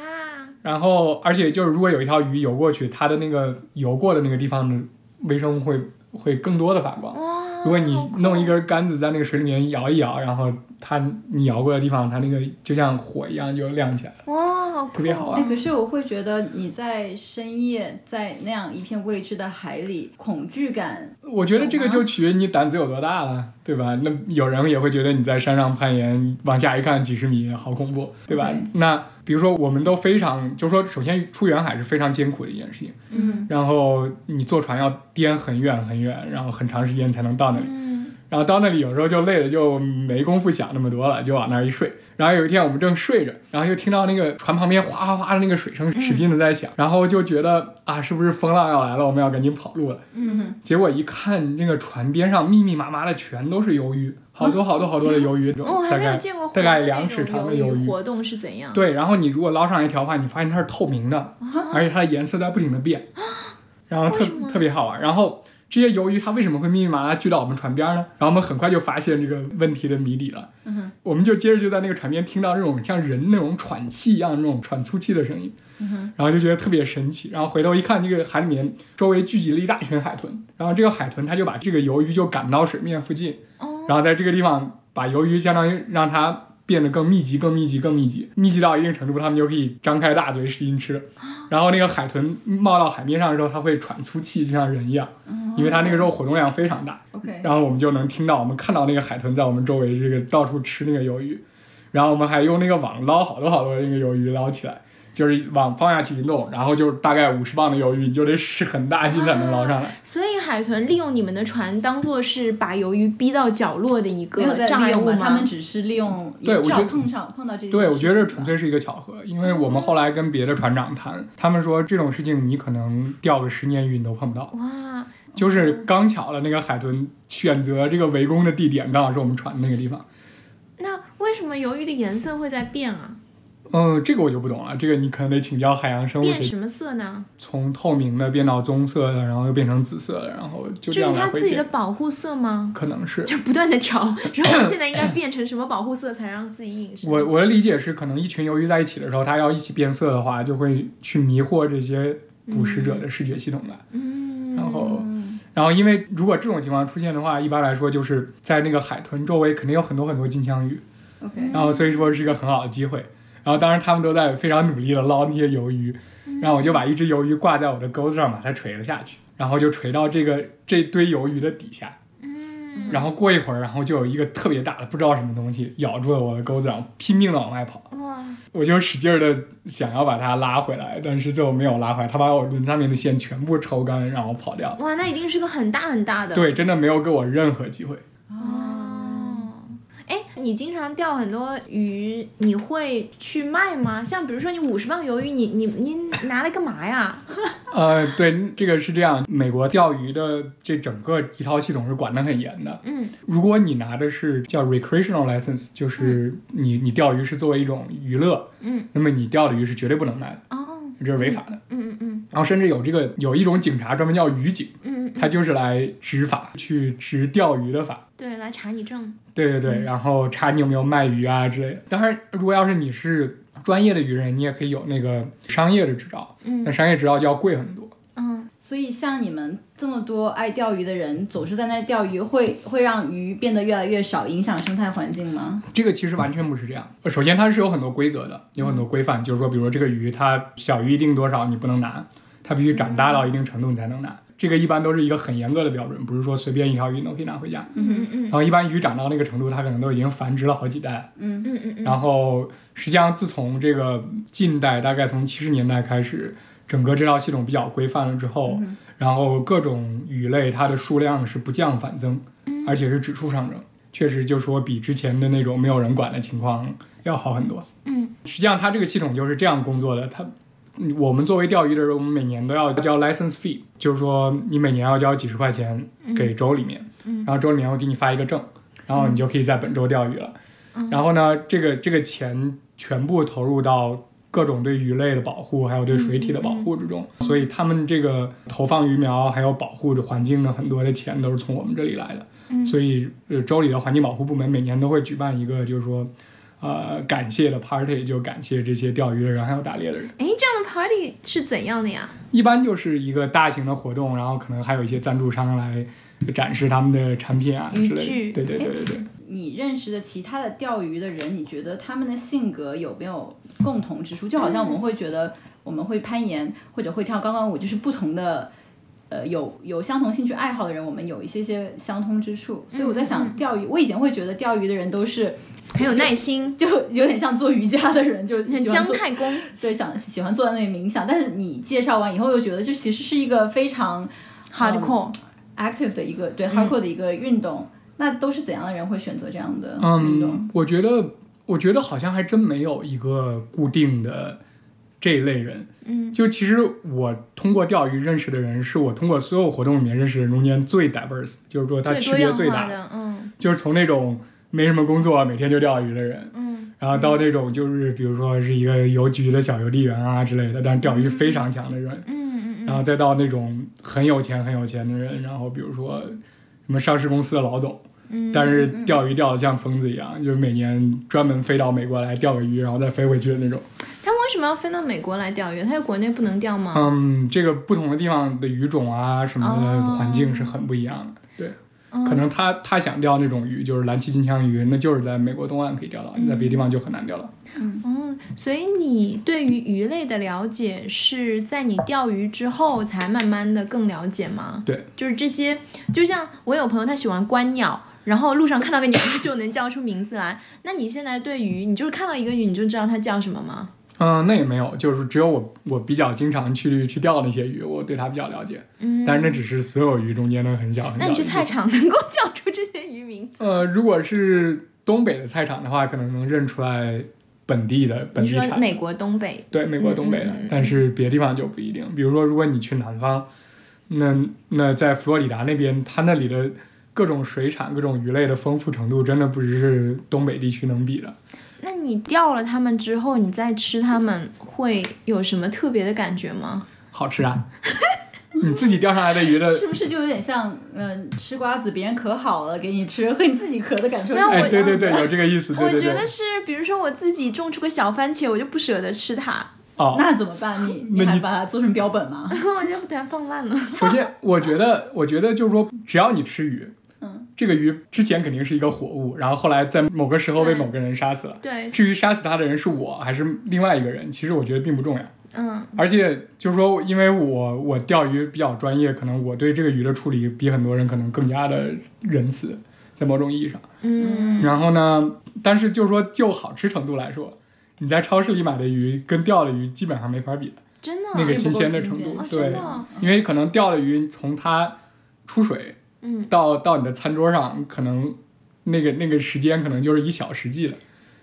Speaker 3: 然后，而且就是如果有一条鱼游过去，它的那个游过的那个地方的微生物会会更多的发光。
Speaker 1: 哇！
Speaker 3: 如果你
Speaker 1: 哦好酷
Speaker 3: 弄一根杆子在那个水里面摇一摇，然后它你摇过的地方，它那个就像火一样就亮起来了。
Speaker 1: 哇，好酷
Speaker 3: 特别好啊玩
Speaker 2: 哎，可是我会觉得你在深夜在那样一片未知的海里，恐惧感
Speaker 3: 我觉得这个就取决于你胆子有多大了，对吧？那有人也会觉得你在山上攀岩，往下一看几十米，好恐怖，对吧
Speaker 2: 对
Speaker 3: 那比如说我们都非常，就是说，首先出远海是非常艰苦的一件事情，
Speaker 1: 嗯
Speaker 3: 然后你坐船要颠很远很远，然后很长时间才能到那里。
Speaker 1: 嗯，
Speaker 3: 然后到那里有时候就累了，就没工夫想那么多了，就往那儿一睡。然后有一天我们正睡着，然后就听到那个船旁边哗哗哗的那个水声使劲的在响，然后就觉得啊，是不是风浪要来了？我们要赶紧跑路了。
Speaker 1: 嗯，
Speaker 3: 结果一看，那个船边上密密麻麻的全都是鱿鱼，好多好多好多的鱿鱼，
Speaker 1: 哦我还
Speaker 3: 大
Speaker 1: 没有
Speaker 3: 概
Speaker 1: 见过
Speaker 3: 大概
Speaker 1: 活的
Speaker 3: 两
Speaker 1: 那
Speaker 3: 尺
Speaker 1: 种
Speaker 3: 长的
Speaker 1: 鱿
Speaker 3: 鱿鱼
Speaker 1: 活动是怎样？
Speaker 3: 对。然后你如果捞上一条的话，你发现它是透明的，而且它的颜色在不停的变，然后
Speaker 1: 啊
Speaker 3: 特
Speaker 1: 为什么
Speaker 3: 特别好玩。然后这些鱿鱼它为什么会密密麻麻聚到我们船边呢？然后我们很快就发现这个问题的谜底了。
Speaker 2: 嗯哼
Speaker 3: 我们就接着就在那个船边听到那种像人那种喘气一样的那种喘粗气的声音，
Speaker 1: 嗯
Speaker 3: 然后就觉得特别神奇。然后回头一看，这个海里面周围聚集了一大群海豚，然后这个海豚它就把这个鱿鱼就赶到水面附近，
Speaker 1: 哦，
Speaker 3: 然后在这个地方把鱿鱼相当于让它变得更密集、更密集、更密集，密集到一定程度，它们就可以张开大嘴使劲吃。然后那个海豚冒到海面上的时候，它会喘粗气，就像人一样，因为它那个时候活动量非常大。
Speaker 2: OK。
Speaker 3: 然后我们就能听到，我们看到那个海豚在我们周围这个到处吃那个鱿鱼，然后我们还用那个网捞好多好多那个鱿鱼捞起来，就是网放下去一弄，然后就是大概五十磅的鱿鱼，你就得使很大劲才能捞上来。
Speaker 1: 所以海豚利用你们的船当做是把鱿鱼逼到角落的一
Speaker 2: 没有
Speaker 1: 个
Speaker 2: 在
Speaker 1: 障
Speaker 2: 利
Speaker 1: 碍
Speaker 2: 用
Speaker 1: 物
Speaker 2: 吧，他
Speaker 1: 吗
Speaker 2: 们？只是利用
Speaker 3: 对我
Speaker 2: 正
Speaker 3: 觉
Speaker 2: 好
Speaker 3: 得
Speaker 2: 碰上碰到这些。
Speaker 3: 对，我觉得这纯粹是一个巧合，因为我们后来跟别的船长谈，他们说这种事情你可能钓个十年鱼你都碰不到，
Speaker 1: 哇，
Speaker 3: 就是刚巧了那个海豚选择这个围攻的地点刚好是我们船那个地方。
Speaker 1: 那为什么鱿鱼的颜色会在变啊？
Speaker 3: 嗯，这个我就不懂了，这个你可能得请教海洋生物
Speaker 1: 变
Speaker 3: 学。
Speaker 1: 什么色呢？
Speaker 3: 从透明的变到棕色的，然后又变成紫色的，然后
Speaker 1: 就
Speaker 3: 就这样
Speaker 1: 是它
Speaker 3: 来回
Speaker 1: 自己的
Speaker 3: 变，
Speaker 1: 保护色吗？
Speaker 3: 可能是。
Speaker 1: 就不断的调，然后我现在 应该变成什么保护色才让自己隐身？
Speaker 3: 我我的理解是，可能一群鱿鱼在一起的时候，它要一起变色的话，就会去迷惑这些捕食者的视觉系统吧。
Speaker 1: 嗯，
Speaker 3: 然后，然后因为如果这种情况出现的话，一般来说就是在那个海豚周围肯定有很多很多金枪鱼，
Speaker 2: OK，
Speaker 3: 然后所以说是一个很好的机会。然后当然他们都在非常努力的捞那些鱿鱼，然后我就把一只鱿鱼挂在我的钩子上，把它垂了下去，然后就垂到这个这堆鱿鱼的底下。
Speaker 1: 嗯，
Speaker 3: 然后过一会儿，然后就有一个特别大的不知道什么东西咬住了我的钩子，然后拼命的往外跑。
Speaker 1: 哇，
Speaker 3: 我就使劲儿的想要把它拉回来，但是最后没有拉回来，它把我轮上面的线全部抽干，然后跑掉了。
Speaker 1: 哇，那一定是个很大很大的。
Speaker 3: 对，真的没有给我任何机会。
Speaker 2: 啊
Speaker 1: 哦，哎，你经常钓很多鱼，你会去卖吗？像比如说你五十磅鱿鱼，你你你拿来干嘛呀？
Speaker 3: 呃，对，这个是这样，美国钓鱼的这整个一套系统是管得很严的。
Speaker 1: 嗯，
Speaker 3: 如果你拿的是叫 recreational license，就是你你钓鱼是作为一种娱乐，
Speaker 1: 嗯，
Speaker 3: 那么你钓的鱼是绝对不能卖的，
Speaker 1: 哦，
Speaker 3: 这是违法的。
Speaker 1: 嗯嗯嗯
Speaker 3: 然后甚至有这个有一种警察专门叫渔警，
Speaker 1: 嗯，嗯
Speaker 3: 他就是来执法，去执钓鱼的法。
Speaker 1: 对，来查你证。
Speaker 3: 对对
Speaker 1: 嗯
Speaker 3: 对，然后查你有没有卖鱼啊之类的。当然，如果要是你是专业的渔人，你也可以有那个商业的执照，
Speaker 1: 嗯
Speaker 3: 但商业执照就要贵很多。
Speaker 1: 嗯，
Speaker 2: 所以像你们这么多爱钓鱼的人，总是在那钓鱼，会会让鱼变得越来越少，影响生态环境吗？
Speaker 3: 这个其实完全不是这样。呃首先，它是有很多规则的，有很多规范，就是说，比如说这个鱼，它小于一定多少你不能拿，它必须长大到一定程度你才能拿。这个一般都是一个很严格的标准，不是说随便一条鱼都可以拿回家。
Speaker 1: 嗯嗯
Speaker 3: 然后一般鱼长到那个程度，它可能都已经繁殖了好几代了。
Speaker 1: 嗯嗯嗯
Speaker 3: 然后实际上，自从这个近代，大概从七十年代开始，整个这套系统比较规范了之后，
Speaker 1: 嗯
Speaker 3: 然后各种鱼类它的数量是不降反增，
Speaker 1: 嗯
Speaker 3: 而且是指数上升，确实就说比之前的那种没有人管的情况要好很多。
Speaker 1: 嗯
Speaker 3: 实际上，它这个系统就是这样工作的。它，嗯我们作为钓鱼的人，我们每年都要交 license fee，就是说你每年要交几十块钱给州里面，
Speaker 1: 嗯
Speaker 3: 然后州里面会给你发一个证，然后你就可以在本州钓鱼了。然后呢，这个这个钱全部投入到各种对鱼类的保护，还有对水体
Speaker 1: 嗯
Speaker 3: 的保护之中。所以他们这个投放鱼苗还有保护环境的很多的钱都是从我们这里来的。
Speaker 1: 嗯
Speaker 3: 所以呃，州里的环境保护部门每年都会举办一个，就是说。呃，感谢的 party 就感谢这些钓鱼的人还有打猎的人，
Speaker 1: 哎，这样的 party 是怎样的呀？
Speaker 3: 一般就是一个大型的活动，然后可能还有一些赞助商来展示他们的产品啊之
Speaker 1: 渔
Speaker 3: 类
Speaker 1: 具
Speaker 3: 的。对对对对对。
Speaker 2: 你认识的其他的钓鱼的人，你觉得他们的性格有没有共同之处？就好
Speaker 1: 嗯
Speaker 2: 像我们会觉得我们会攀岩或者会跳钢管舞，就是不同的，呃，有有相同兴趣爱好的人，我们有一些些相通之处。所以我在
Speaker 1: 嗯
Speaker 2: 想，钓鱼，我以前会觉得钓鱼的人都是
Speaker 1: 很有耐心，
Speaker 2: 就有点像做瑜伽的人，就
Speaker 1: 很
Speaker 2: 喜欢
Speaker 1: 姜
Speaker 2: 做
Speaker 1: 太公。
Speaker 2: 对想喜欢坐在那里冥想。但是你介绍完以后，又觉得就其实是一个非常
Speaker 3: 嗯
Speaker 1: Hardcore，
Speaker 2: active 的一个
Speaker 1: 嗯
Speaker 2: 对 hardcore 的一个运动。那都是怎样的人会选择这样的运动？
Speaker 3: 嗯，我觉得，我觉得好像还真没有一个固定的这一类人。
Speaker 1: 嗯，
Speaker 3: 就其实我通过钓鱼认识的人，是我通过所有活动里面认识的人中间最 diverse，就是说他
Speaker 1: 最
Speaker 3: 区
Speaker 1: 多
Speaker 3: 别
Speaker 1: 样
Speaker 3: 最
Speaker 1: 化
Speaker 3: 大，
Speaker 1: 的，嗯
Speaker 3: 就是从那种没什么工作每天就钓鱼的人，
Speaker 1: 嗯
Speaker 3: 然后到那种就是比如说是一个邮局的小邮递员啊之类的，但是钓鱼非常强的人，
Speaker 1: 嗯嗯
Speaker 3: 然后再到那种很有钱很有钱的人，然后比如说什么上市公司的老总。
Speaker 1: 嗯，
Speaker 3: 但是钓鱼钓得像疯子一样，就是每年专门飞到美国来钓个鱼，然后再飞回去的那种。
Speaker 1: 他们为什么要飞到美国来钓鱼？他在国内不能钓吗？
Speaker 3: 嗯，这个不同的地方的鱼种啊什么的
Speaker 1: 哦
Speaker 3: 环境是很不一样的。对，
Speaker 1: 嗯
Speaker 3: 可能他他想钓那种鱼，就是蓝鳍金枪鱼，那就是在美国东岸可以钓到，你在别的地方就很难钓到。
Speaker 1: 嗯，所以你对于鱼类的了解是在你钓鱼之后才慢慢的更了解吗？
Speaker 3: 对，
Speaker 1: 就是这些，就像我有朋友他喜欢观鸟，然后路上看到个鸟他就能叫出名字来。那你现在对鱼，你就是看到一个鱼你就知道它叫什么吗？
Speaker 3: 嗯，那也没有，就是只有我我比较经常去去钓那些鱼，我对它比较了解。
Speaker 1: 嗯，
Speaker 3: 但是那只是所有鱼中间的很小很小的一部分。
Speaker 1: 那你去菜场能够叫出这些鱼名？
Speaker 3: 呃，如果是东北的菜场的话，可能能认出来本地的本
Speaker 1: 你
Speaker 3: 地
Speaker 1: 说
Speaker 3: 产的。
Speaker 1: 美国东北，
Speaker 3: 对，美国东北的，
Speaker 1: 嗯嗯嗯
Speaker 3: 但是别的地方就不一定。比如说，如果你去南方，那那在佛罗里达那边，它那里的各种水产、各种鱼类的丰富程度，真的不是东北地区能比的。
Speaker 1: 那你钓了它们之后，你再吃它们会有什么特别的感觉吗？
Speaker 3: 好吃 啊！你自己钓上来的鱼的，
Speaker 2: 是不是就有点像嗯、吃瓜子别人壳好了给你吃 和你自己壳的感受是
Speaker 1: 没有
Speaker 2: 一
Speaker 1: 我
Speaker 3: 哎，
Speaker 2: 样
Speaker 3: 对对
Speaker 2: 的
Speaker 3: 对，有这个意思，对
Speaker 1: 啊我
Speaker 3: 对
Speaker 1: 觉得
Speaker 3: 对。
Speaker 1: 是，比如说我自己种出个小番茄，我就不舍得吃它，
Speaker 3: 哦，
Speaker 2: 那怎么办？ 你
Speaker 3: 那
Speaker 2: 你还
Speaker 3: 你
Speaker 2: 把它做成标本吗？
Speaker 1: 我就给它放烂了。
Speaker 3: 首先，我觉得，我觉得就是说，只要你吃鱼，
Speaker 2: 嗯，
Speaker 3: 这个鱼之前肯定是一个活物，然后后来在某个时候被
Speaker 1: 对
Speaker 3: 某个人杀死了。
Speaker 1: 对，
Speaker 3: 至于杀死他的人是我还是另外一个人，其实我觉得并不重要。
Speaker 1: 嗯
Speaker 3: 而且就是说，因为我我钓鱼比较专业，可能我对这个鱼的处理比很多人可能更加的仁慈，在某种意义上。
Speaker 1: 嗯，
Speaker 3: 然后呢，但是就是说，就好吃程度来说，你在超市里买的鱼跟钓的鱼基本上没法比的，
Speaker 1: 真的啊，
Speaker 3: 那个
Speaker 2: 并
Speaker 3: 新
Speaker 2: 不够
Speaker 3: 鲜的
Speaker 2: 新
Speaker 3: 程
Speaker 2: 鲜
Speaker 3: 度
Speaker 1: 哦，，真
Speaker 3: 对
Speaker 1: 的，哦，
Speaker 3: 因为可能钓的鱼从它出水
Speaker 1: 嗯，
Speaker 3: 到到你的餐桌上，可能那个那个时间可能就是以小时计的，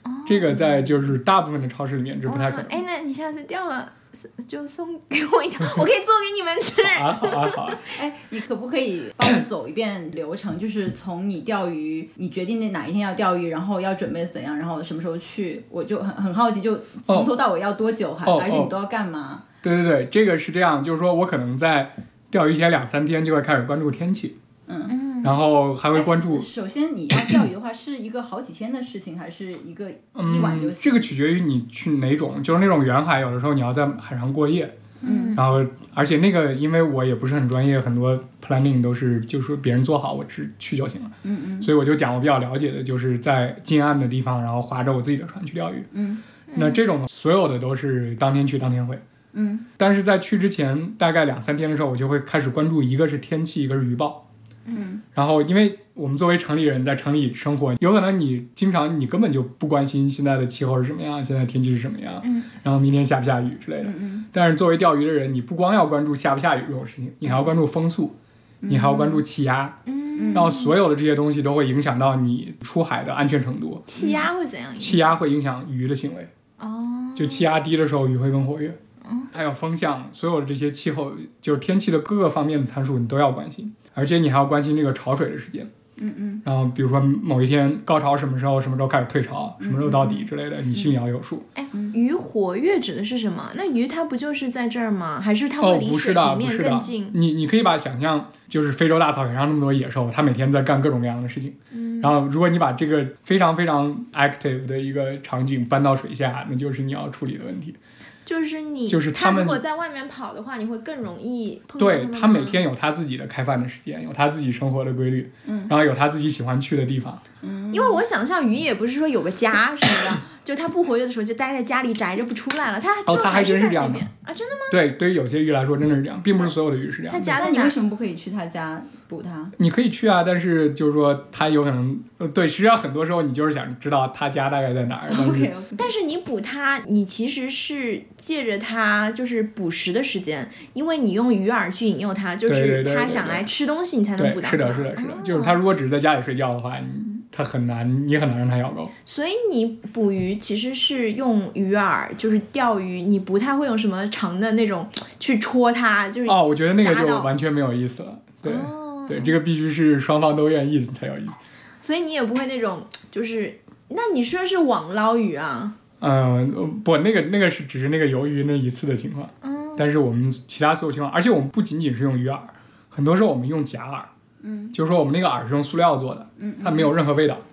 Speaker 1: 哦
Speaker 3: 这个在就是大部分的超市里面这不太可
Speaker 1: 哇
Speaker 3: 能。
Speaker 1: 哎，那你下次钓了就送给我一条， 我可以做给你们吃。
Speaker 3: 啊好啊好啊，
Speaker 2: 哎， 你可不可以帮我走一遍流程？就是从你钓鱼，你决定那哪一天要钓鱼，然后要准备怎样，然后什么时候去？我就很很好奇，就从头到尾要多久，还、
Speaker 3: 哦
Speaker 2: 而且
Speaker 3: 哦
Speaker 2: 你都要干嘛？
Speaker 3: 对对对，这个是这样，就是说我可能在钓鱼前两三天就会开始关注天气，
Speaker 2: 哦
Speaker 1: 嗯，
Speaker 3: 然后还会关注
Speaker 2: 哎首先你要钓鱼的话，是一个好几天的事情，还是一个一晚就
Speaker 3: 嗯，这
Speaker 2: 行？
Speaker 3: 个取决于你去哪种，就是那种远海，有的时候你要在海上过夜，
Speaker 1: 嗯
Speaker 3: 然后而且那个因为我也不是很专业，很多 planning 都是就是说别人做好，我只去就行了，
Speaker 2: 嗯嗯
Speaker 3: 所以我就讲我比较了解的，就是在近岸的地方，然后划着我自己的船去钓鱼。
Speaker 2: 嗯
Speaker 3: 那这种所有的都是当天去当天回，
Speaker 2: 嗯
Speaker 3: 但是在去之前大概两三天的时候，我就会开始关注一个是天气，一个是鱼报。
Speaker 2: 嗯
Speaker 3: 然后，因为我们作为城里人，在城里生活，有可能你经常你根本就不关心现在的气候是什么样，现在天气是什么样，
Speaker 1: 嗯
Speaker 3: 然后明天下不下雨之类的。
Speaker 2: 嗯嗯，
Speaker 3: 但是作为钓鱼的人，你不光要关注下不下雨这种事情，你还要关注风速，
Speaker 2: 嗯
Speaker 3: 你还要关注气压，
Speaker 1: 嗯，
Speaker 3: 然后所有的这些东西都会影响到你出海的安全程度。
Speaker 1: 气压会怎样？
Speaker 3: 气压会影响鱼的行为，
Speaker 1: 哦，
Speaker 3: 就气压低的时候，鱼会更活跃
Speaker 1: 嗯。
Speaker 3: 还有风向，所有的这些气候，就是天气的各个方面的参数，你都要关心，而且你还要关心这个潮水的时间。
Speaker 2: 嗯嗯
Speaker 3: 然后比如说某一天高潮什么时候，什么时候开始退潮，
Speaker 1: 嗯
Speaker 3: 什么时候到底之类的，你心里要有数。
Speaker 1: 哎，鱼活跃指的是什么？那鱼它不就是在这儿吗？还是它
Speaker 3: 哦
Speaker 1: 会，离
Speaker 3: 不
Speaker 1: 水
Speaker 3: 是
Speaker 1: 平
Speaker 3: 的，不
Speaker 1: 面
Speaker 3: 是
Speaker 1: 更
Speaker 3: 的
Speaker 1: 近？，
Speaker 3: 你你可以把想象就是非洲大草原上那么多野兽，它每天在干各种各样的事情。
Speaker 1: 嗯
Speaker 3: 然后如果你把这个非常非常 active 的一个场景搬到水下，那就是你要处理的问题。
Speaker 1: 就是你，
Speaker 3: 就是
Speaker 1: 它
Speaker 3: 它们
Speaker 1: 如果在外面跑的话，你会更容易碰到
Speaker 3: 对，
Speaker 1: 它
Speaker 3: 它
Speaker 1: 们
Speaker 3: 每
Speaker 1: 吗
Speaker 3: 天有它自己的开饭的时间，有它自己生活的规律，
Speaker 2: 嗯
Speaker 3: 然后有它自己喜欢去的地方。
Speaker 2: 嗯，
Speaker 1: 因为我想象鱼也不是说有个家什么的， 就它不活跃的时候就待在家里宅着不出来了，它
Speaker 3: 哦
Speaker 1: 就
Speaker 3: 它还真
Speaker 1: 是
Speaker 3: 是
Speaker 1: 在
Speaker 3: 这样
Speaker 1: 那
Speaker 3: 的
Speaker 1: 边啊，真的吗？
Speaker 3: 对，对于有些鱼来说真的是这样，并不是所有的鱼是这样
Speaker 1: 它
Speaker 3: 的。
Speaker 1: 夹
Speaker 2: 那
Speaker 1: 在
Speaker 2: 你
Speaker 1: 哪
Speaker 2: 为？什么不可以去他家捕他？
Speaker 3: 你可以去啊，但是就是说他有可能，呃，对，实际上很多时候你就是想知道他家大概在哪儿， 但
Speaker 2: OK
Speaker 3: 是
Speaker 2: OK，
Speaker 1: 但是你捕它，你其实是借着它就是捕食的时间，因为你用鱼饵去引诱它，就
Speaker 3: 对对
Speaker 1: 是
Speaker 3: 对对
Speaker 1: 它
Speaker 3: 对
Speaker 1: 想来吃东西，你才能捕
Speaker 3: 对，
Speaker 1: 到它。
Speaker 3: 是的，是的，是的，就是
Speaker 1: 哦
Speaker 3: 他如果只是在家里睡觉的话，你他很难，你很难让他咬钩。
Speaker 1: 所以你捕鱼其实是用鱼饵，就是钓鱼，你不太会用什么长的那种去戳它，就是
Speaker 3: 哦，我觉得那个
Speaker 1: 扎
Speaker 3: 就
Speaker 1: 到
Speaker 3: 完全没有意思了。对，
Speaker 1: 哦
Speaker 3: 对，这个必须是双方都愿意才有意思。
Speaker 1: 所以你也不会那种就是，那你说是网捞鱼啊？
Speaker 3: 嗯、呃不，那个那个是只是那个鱿鱼那一次的情况，
Speaker 1: 嗯
Speaker 3: 但是我们其他所有情况，而且我们不仅仅是用鱼饵，很多时候我们用假饵，
Speaker 2: 嗯
Speaker 3: 就是说我们那个饵是用塑料做的，
Speaker 2: 嗯，
Speaker 3: 它没有任何味道。
Speaker 1: 嗯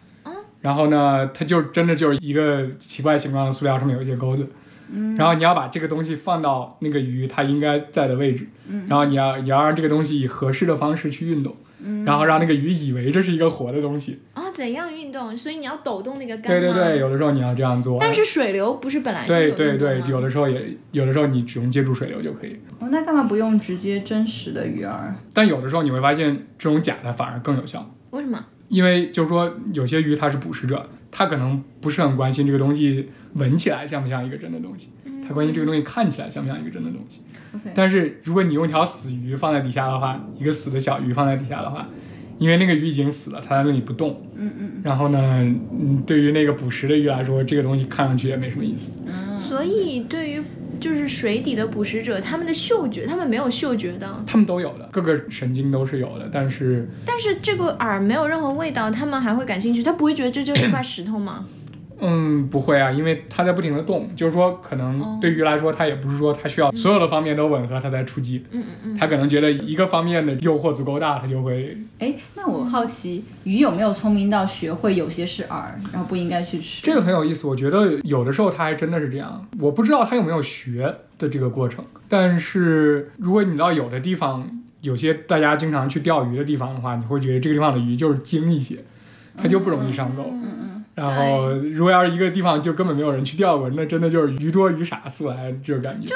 Speaker 3: 然后呢，它就真的就是一个奇怪形状的塑料，上面有一些钩子。
Speaker 2: 嗯
Speaker 3: 然后你要把这个东西放到那个鱼它应该在的位置。
Speaker 1: 嗯
Speaker 3: 然后你要你要让这个东西以合适的方式去运动，
Speaker 2: 嗯
Speaker 3: 然后让那个鱼以为这是一个活的东西。
Speaker 1: 啊，怎样运动？所以你要抖动那个杆
Speaker 3: 对
Speaker 1: 吗？
Speaker 3: 对对，。有的时候你要这样做。
Speaker 1: 但是水流不是本来就
Speaker 3: 对
Speaker 1: 有
Speaker 3: 对
Speaker 1: 运动啊
Speaker 3: 对
Speaker 1: 吗，
Speaker 3: 有的时候也有的时候你只用接触水流就可以。
Speaker 2: 哦，那干嘛不用直接真实的鱼饵？
Speaker 3: 但有的时候你会发现这种假的反而更有效。
Speaker 1: 为什么？
Speaker 3: 因为就是说有些鱼它是捕食者，它可能不是很关心这个东西闻起来像不像一个真的东西，
Speaker 1: 嗯
Speaker 3: 它关心这个东西看起来像不像一个真的东西。
Speaker 2: OK
Speaker 3: 但是如果你用一条死鱼放在底下的话，一个死的小鱼放在底下的话，因为那个鱼已经死了，它在那里不动。
Speaker 2: 嗯嗯
Speaker 3: 然后呢，嗯，对于那个捕食的鱼来说，这个东西看上去也没什么意思。
Speaker 2: 嗯
Speaker 1: 所以对于就是水底的捕食者，他们的嗅觉，他们没有嗅觉的，
Speaker 3: 它们都有的，各个神经都是有的，但是
Speaker 1: 但是这个饵没有任何味道，他们还会感兴趣，他不会觉得这就是块石头吗？
Speaker 3: 嗯，不会啊，因为它在不停的动，就是说，可能对鱼来说，它也不是说它需要所有的方面都吻合，它才出击。
Speaker 1: 嗯嗯嗯，
Speaker 3: 它可能觉得一个方面的诱惑足够大，它就会。
Speaker 2: 哎，那我好奇鱼有没有聪明到学会有些是饵，然后不应该去吃？
Speaker 3: 这个很有意思，我觉得有的时候它还真的是这样。我不知道它有没有学的这个过程，但是如果你到有的地方，有些大家经常去钓鱼的地方的话，你会觉得这个地方的鱼就是精一些，它就不容易上钩。
Speaker 2: 嗯嗯，
Speaker 3: 然后，如果要是一个地方就根本没有人去钓过，那真的就是鱼多鱼傻，素来这种感觉。
Speaker 1: 嗯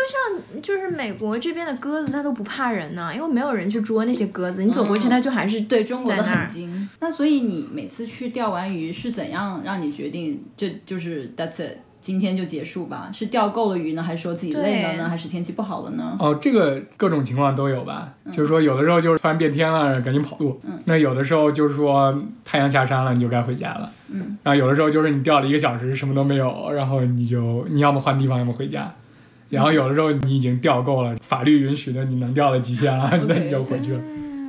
Speaker 1: 就是美国这边的鸽子它都不怕人呐、因为没有人去捉那些鸽子，你走
Speaker 3: 嗯
Speaker 1: 过去它就还是
Speaker 2: 对中国的
Speaker 1: 在那儿
Speaker 2: 很精。那所以你每次去钓完鱼是怎样让你决定这就是 that's it，今天就结束吧？是钓够了鱼呢，还是说自己累了
Speaker 1: 对
Speaker 2: 呢，还是天气不好了呢？
Speaker 3: 哦，这个各种情况都有吧，就是说有的时候就是突然变天了，赶紧跑路；那有的时候就是说太阳下山了，你就该回家了。
Speaker 2: 嗯，
Speaker 3: 然后有的时候就是你钓了一个小时什么都没有，然后你就你要么换地方，要么回家。然后有的时候你已经钓够了，法律允许的你能钓的极限了，那你就回去了。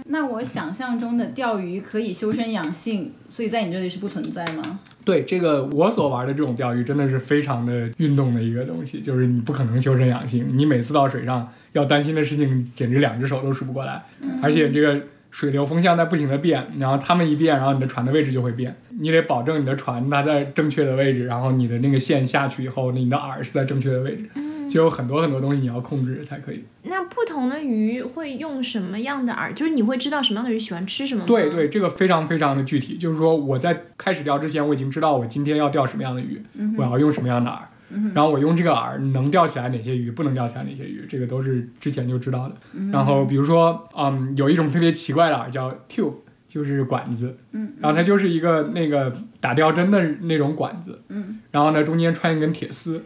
Speaker 2: 那我想象中的钓鱼可以修身养性，所以在你这里是不存在吗？
Speaker 3: 对这个我所玩的这种钓鱼，真的是非常的运动的一个东西，就是你不可能修身养性，你每次到水上要担心的事情，简直两只手都数不过来。而且这个水流风向在不停的变，然后它们一变，然后你的船的位置就会变，你得保证你的船它在正确的位置，然后你的那个线下去以后，你的饵是在正确的位置，就有很多很多东西你要控制才可以。
Speaker 1: 那不同的鱼会用什么样的饵？就是你会知道什么样的鱼喜欢吃什么吗？
Speaker 3: 对
Speaker 2: 嗯
Speaker 3: 对，这个非常非常的具体，就是说我在开始钓之前，我已经知道我今天要钓什么样的鱼，
Speaker 2: 嗯
Speaker 3: 我要用什么样的饵，然后我用这个饵能钓起来哪些鱼，不能钓起来哪些鱼，这个都是之前就知道的。
Speaker 2: 嗯
Speaker 3: 然后比如说，嗯，有一种特别奇怪的饵叫 tube。就是管子，
Speaker 2: 嗯，
Speaker 3: 然后它就是一个那个打吊针的那种管子，
Speaker 2: 嗯，啊
Speaker 3: 然后呢中间穿一根铁丝，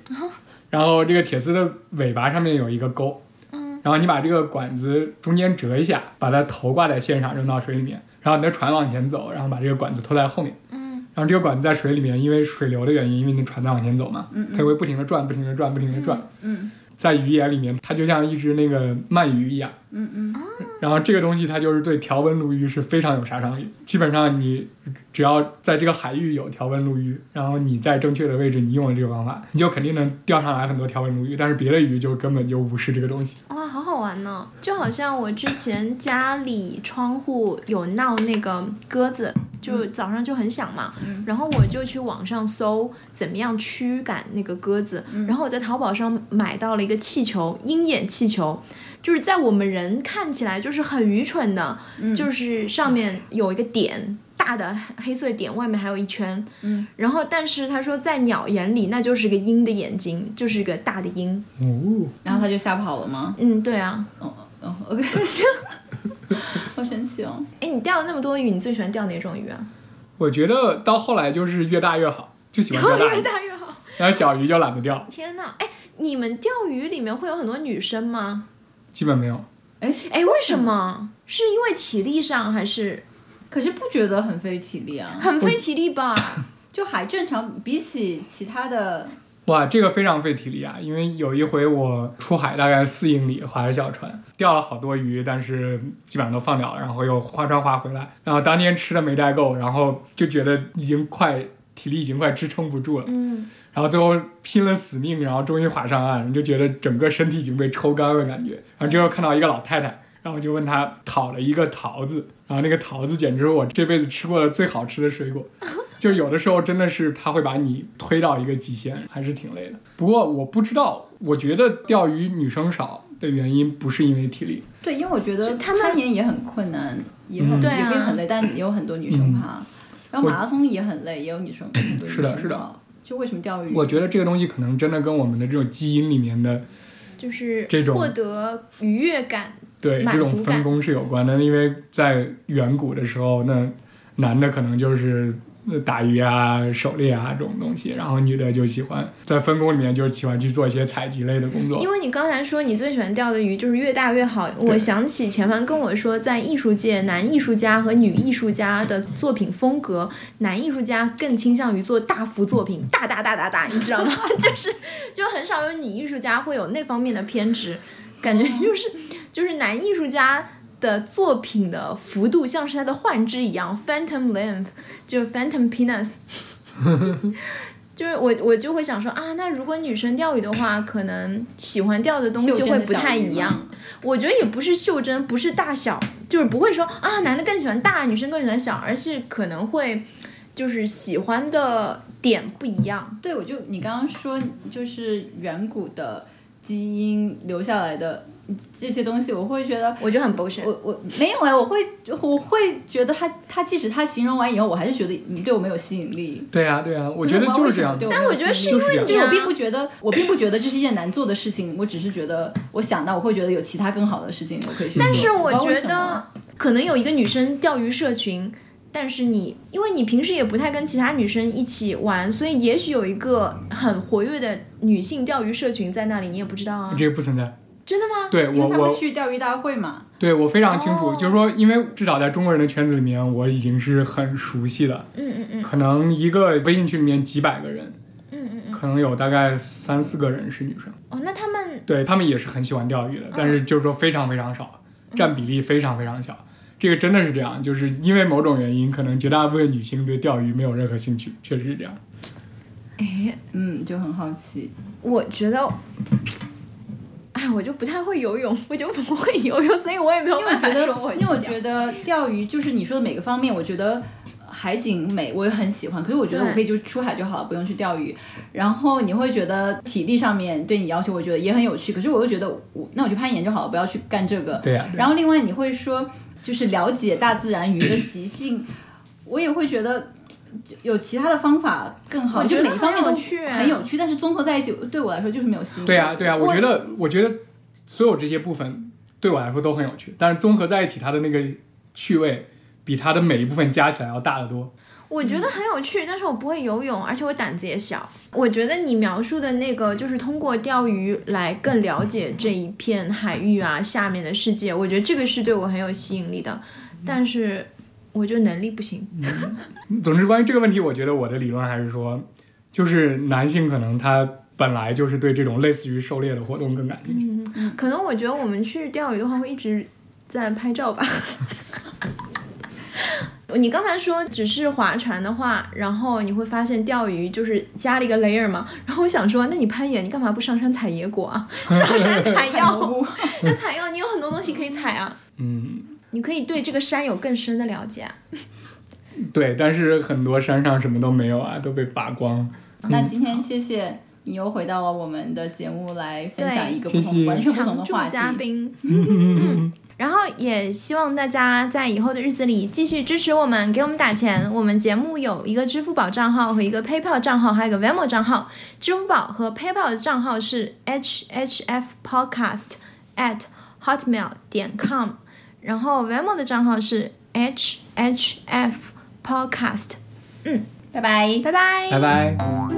Speaker 3: 然后这个铁丝的尾巴上面有一个钩，然后你把这个管子中间折一下，把它头挂在线上扔到水里面，然后你的船往前走，然后把这个管子拖在后面。嗯，然后这个管子在水里面，因为水流的原因，因为你的船在往前走嘛，它就会不停的转，不停的转，不停的转。
Speaker 2: 嗯
Speaker 3: 在鱼眼里面，它就像一只那个鳗鱼一样。
Speaker 2: 嗯嗯，
Speaker 3: 然后这个东西它就是对条纹鲈鱼是非常有杀伤力。基本上你只要在这个海域有条纹鲈鱼，然后你在正确的位置，你用了这个方法，你就肯定能钓上来很多条纹鲈鱼。但是别的鱼就根本就无视这个东西。
Speaker 1: 哇，啊好好玩呢、就好像我之前家里窗户有闹那个鸽子，就早上就很响嘛，然后我就去网上搜怎么样驱赶那个鸽子，然后我在淘宝上买到了一个气球，鹰眼气球。就是在我们人看起来就是很愚蠢的，就是上面有一个点，大的黑色点，外面还有一圈，
Speaker 2: 嗯，
Speaker 1: 然后但是他说在鸟眼里那就是个鹰的眼睛，就是一个大的鹰，
Speaker 3: 哦，
Speaker 2: 然后他就吓跑了吗？
Speaker 1: 嗯，对啊，
Speaker 2: 哦哦，OK，好 神奇哦。
Speaker 1: 哎，你钓了那么多鱼，你最喜欢钓哪种鱼啊？
Speaker 3: 我觉得到后来就是越大越好，就喜 欢越大鱼，
Speaker 1: 大越好。
Speaker 3: 然后小鱼就懒得钓，
Speaker 1: 天哪，哎，你们钓鱼里面会有很多女生吗？
Speaker 3: 基本没有。
Speaker 2: 哎，
Speaker 1: 哎，为什
Speaker 3: 嗯
Speaker 1: 么？是因为体力上还是
Speaker 2: 可是不觉得很费体力啊？
Speaker 1: 很费体力吧？
Speaker 2: 就还正常，比起其他的，
Speaker 3: 哇，这个非常费体力啊！因为有一回我出海大概四英里，划着小船钓了好多鱼，但是基本上都放掉了，然后又划船划回来，然后当天吃的没带够，然后就觉得已经快体力已经快支撑不住了，
Speaker 1: 嗯，
Speaker 3: 然后最后拼了死命，然后终于划上岸，就觉得整个身体已经被抽干了感觉。然后这时候看到一个老太太，然后我就问她讨了一个桃子，然后那个桃子简直是我这辈子吃过的最好吃的水果。 就有的时候真的是它会把你推到一个极限，还是挺累的。不过我不知道，我觉得钓鱼女生少的原因不是因为体力，
Speaker 2: 对，因为我觉得
Speaker 1: 是他们
Speaker 2: 攀岩也很困难，也很、
Speaker 3: 嗯
Speaker 1: 对
Speaker 2: 也
Speaker 1: 啊
Speaker 2: 会很累，但也有很多女生爬。然后马拉松也很累，也有女生很多女
Speaker 3: 是
Speaker 2: 生
Speaker 3: 的是的
Speaker 2: 跑。就为什么钓鱼？
Speaker 3: 我觉得这个东西可能真的跟我们的这种基因里面的
Speaker 1: 就是
Speaker 3: 这种
Speaker 1: 获得愉悦感。
Speaker 3: 对
Speaker 1: 满
Speaker 3: 这种
Speaker 1: 足
Speaker 3: 分
Speaker 1: 感
Speaker 3: 工是有关的，因为在远古的时候，那男的可能就是呃打鱼啊、狩猎啊这种东西，然后女的就喜欢在分工里面就是喜欢去做一些采集类的工作
Speaker 1: 因。为你刚才说你最喜欢钓的鱼就是越大越好，我想起前方跟我说，在艺术界，男艺术家和女艺术家的作品风格，男艺术家更倾向于做大幅作品，大大大大大，你知道吗？ 就是就很少有女艺术家会有那方面的偏执，感觉
Speaker 3: 哦
Speaker 1: 就是就是男艺术家。的作品的幅度像是他的幻肢一样，Phantom Limb，就 Phantom Penis，就是我我就会想说啊，那如果女生钓鱼的话，可能喜欢钓的东西会不太一样。我觉得也不是袖珍，不是大小，就是不会说啊，男的更喜欢大，女生更喜欢小，而是可能会就是喜欢的点不一样。
Speaker 2: 对，我就你刚刚说，就是远古的基因留下来的这些东西，我会觉得
Speaker 1: 我就很 bullshit。
Speaker 2: 我我没有哎，我会我会觉得他他即使他形容完以后，我还是觉得你对我没有吸引力。
Speaker 3: 对啊呀、对呀、我觉得就是这样。
Speaker 2: 但
Speaker 1: 我觉得是因
Speaker 3: 就是这
Speaker 1: 为你
Speaker 3: 样
Speaker 2: 我
Speaker 1: 啊
Speaker 2: 并不觉得，我并不觉得这是一件难做的事情，我只是觉得，我想到我会觉得有其他更好的事情我可以去做。
Speaker 3: 但
Speaker 1: 但是我
Speaker 2: 不知道为
Speaker 1: 觉
Speaker 2: 什么啊
Speaker 1: 得可能有一个女生钓鱼社群，但是你因为你平时也不太跟其他女生一起玩，所以也许有一个很活跃的女性钓鱼社群在那里，你也不知道啊。
Speaker 3: 这个不存在。
Speaker 1: 真的吗？
Speaker 3: 对
Speaker 2: 因
Speaker 3: 我
Speaker 2: 为他们
Speaker 3: 我
Speaker 2: 去钓鱼大会嘛，
Speaker 3: 对我非常清楚，
Speaker 1: 哦
Speaker 3: 就是说，因为至少在中国人的圈子里面，我已经是很熟悉的。
Speaker 1: 嗯嗯嗯
Speaker 3: 可能一个微信群里面几百个人，
Speaker 1: 嗯嗯嗯。
Speaker 3: 可能有大概三四个人是女生。
Speaker 1: 哦，那他们
Speaker 3: 对他们也是很喜欢钓鱼的，但是就是说非常非常少，占比例非常非常小。这个真的是这样，就是因为某种原因，可能绝大部分女性对钓鱼没有任何兴趣，确实是这样。
Speaker 1: 哎，
Speaker 2: 嗯，就很好奇。
Speaker 1: 我觉得。哎，我就不太会游泳，我就不会游泳，所以我也没有
Speaker 2: 因为我
Speaker 1: 办
Speaker 2: 觉
Speaker 1: 法
Speaker 2: 得
Speaker 1: 说我，去
Speaker 2: 因为我
Speaker 1: 钓
Speaker 2: 觉得钓鱼就是你说的每个方面，我觉得海景美我也很喜欢，可是我觉得
Speaker 1: 对
Speaker 2: 我可以就出海就好了，不用去钓鱼。然后你会觉得体力上面对你要求，我觉得也很有趣，可是我又觉得我那我去攀岩就好了，不要去干这个。
Speaker 3: 对呀、对呀
Speaker 2: 然后另外你会说，就是了解大自然鱼的习性，我也会觉得。有其他的方法更好，
Speaker 1: 我觉得
Speaker 2: 就每一方面都
Speaker 1: 很有趣啊
Speaker 2: 很有趣，但是综合在一起，对我来说就是没有吸引力。
Speaker 3: 对啊呀、对呀、我
Speaker 1: 我
Speaker 3: 觉得，我觉得所有这些部分对我来说都很有趣，但是综合在一起，它的那个趣味比它的每一部分加起来要大得多。
Speaker 1: 我觉得很有趣，但是我不会游泳，而且我胆子也小。我觉得你描述的那个，就是通过钓鱼来更了解这一片海域啊，下面的世界。我觉得这个是对我很有吸引力的，但是我觉得能力不行。
Speaker 3: 总之，关于这个问题，我觉得我的理论还是说，就是男性可能他本来就是对这种类似于狩猎的活动更感兴趣。
Speaker 1: 可能我觉得我们去钓鱼的话，会一直在拍照吧。 你刚才说只是划船的话，然后你会发现钓鱼就是加了一个 layer 嘛。然后我想说，那你攀岩，你干嘛不上山采野果啊？ 上山采
Speaker 2: 海
Speaker 1: 药
Speaker 2: 蘑。菇
Speaker 1: 那采药，你有很多东西可以采啊，
Speaker 3: 嗯，
Speaker 1: 你可以对这个山有更深的了解啊、
Speaker 3: 对，但是很多山上什么都没有啊，都被拔光了。
Speaker 2: 那今天谢谢你又回到了我们的节目来分享一个
Speaker 3: 对
Speaker 2: 不同
Speaker 3: 谢谢
Speaker 2: 完全不同
Speaker 1: 常
Speaker 2: 的
Speaker 1: 驻
Speaker 2: 话
Speaker 1: 嘉
Speaker 2: 题。
Speaker 1: 宾。嗯，然后也希望大家在以后的日子里继续支持我们，给我们打钱。我们节目有一个支付宝账号和一个 PayPal 账号，还有一个 Venmo 账号。支付宝和 PayPal 的账号是 HHF Podcast at hotmail 点 com，然后 Venmo 的账号是 HHF Podcast。
Speaker 2: 拜拜。
Speaker 1: 拜拜
Speaker 3: 拜拜。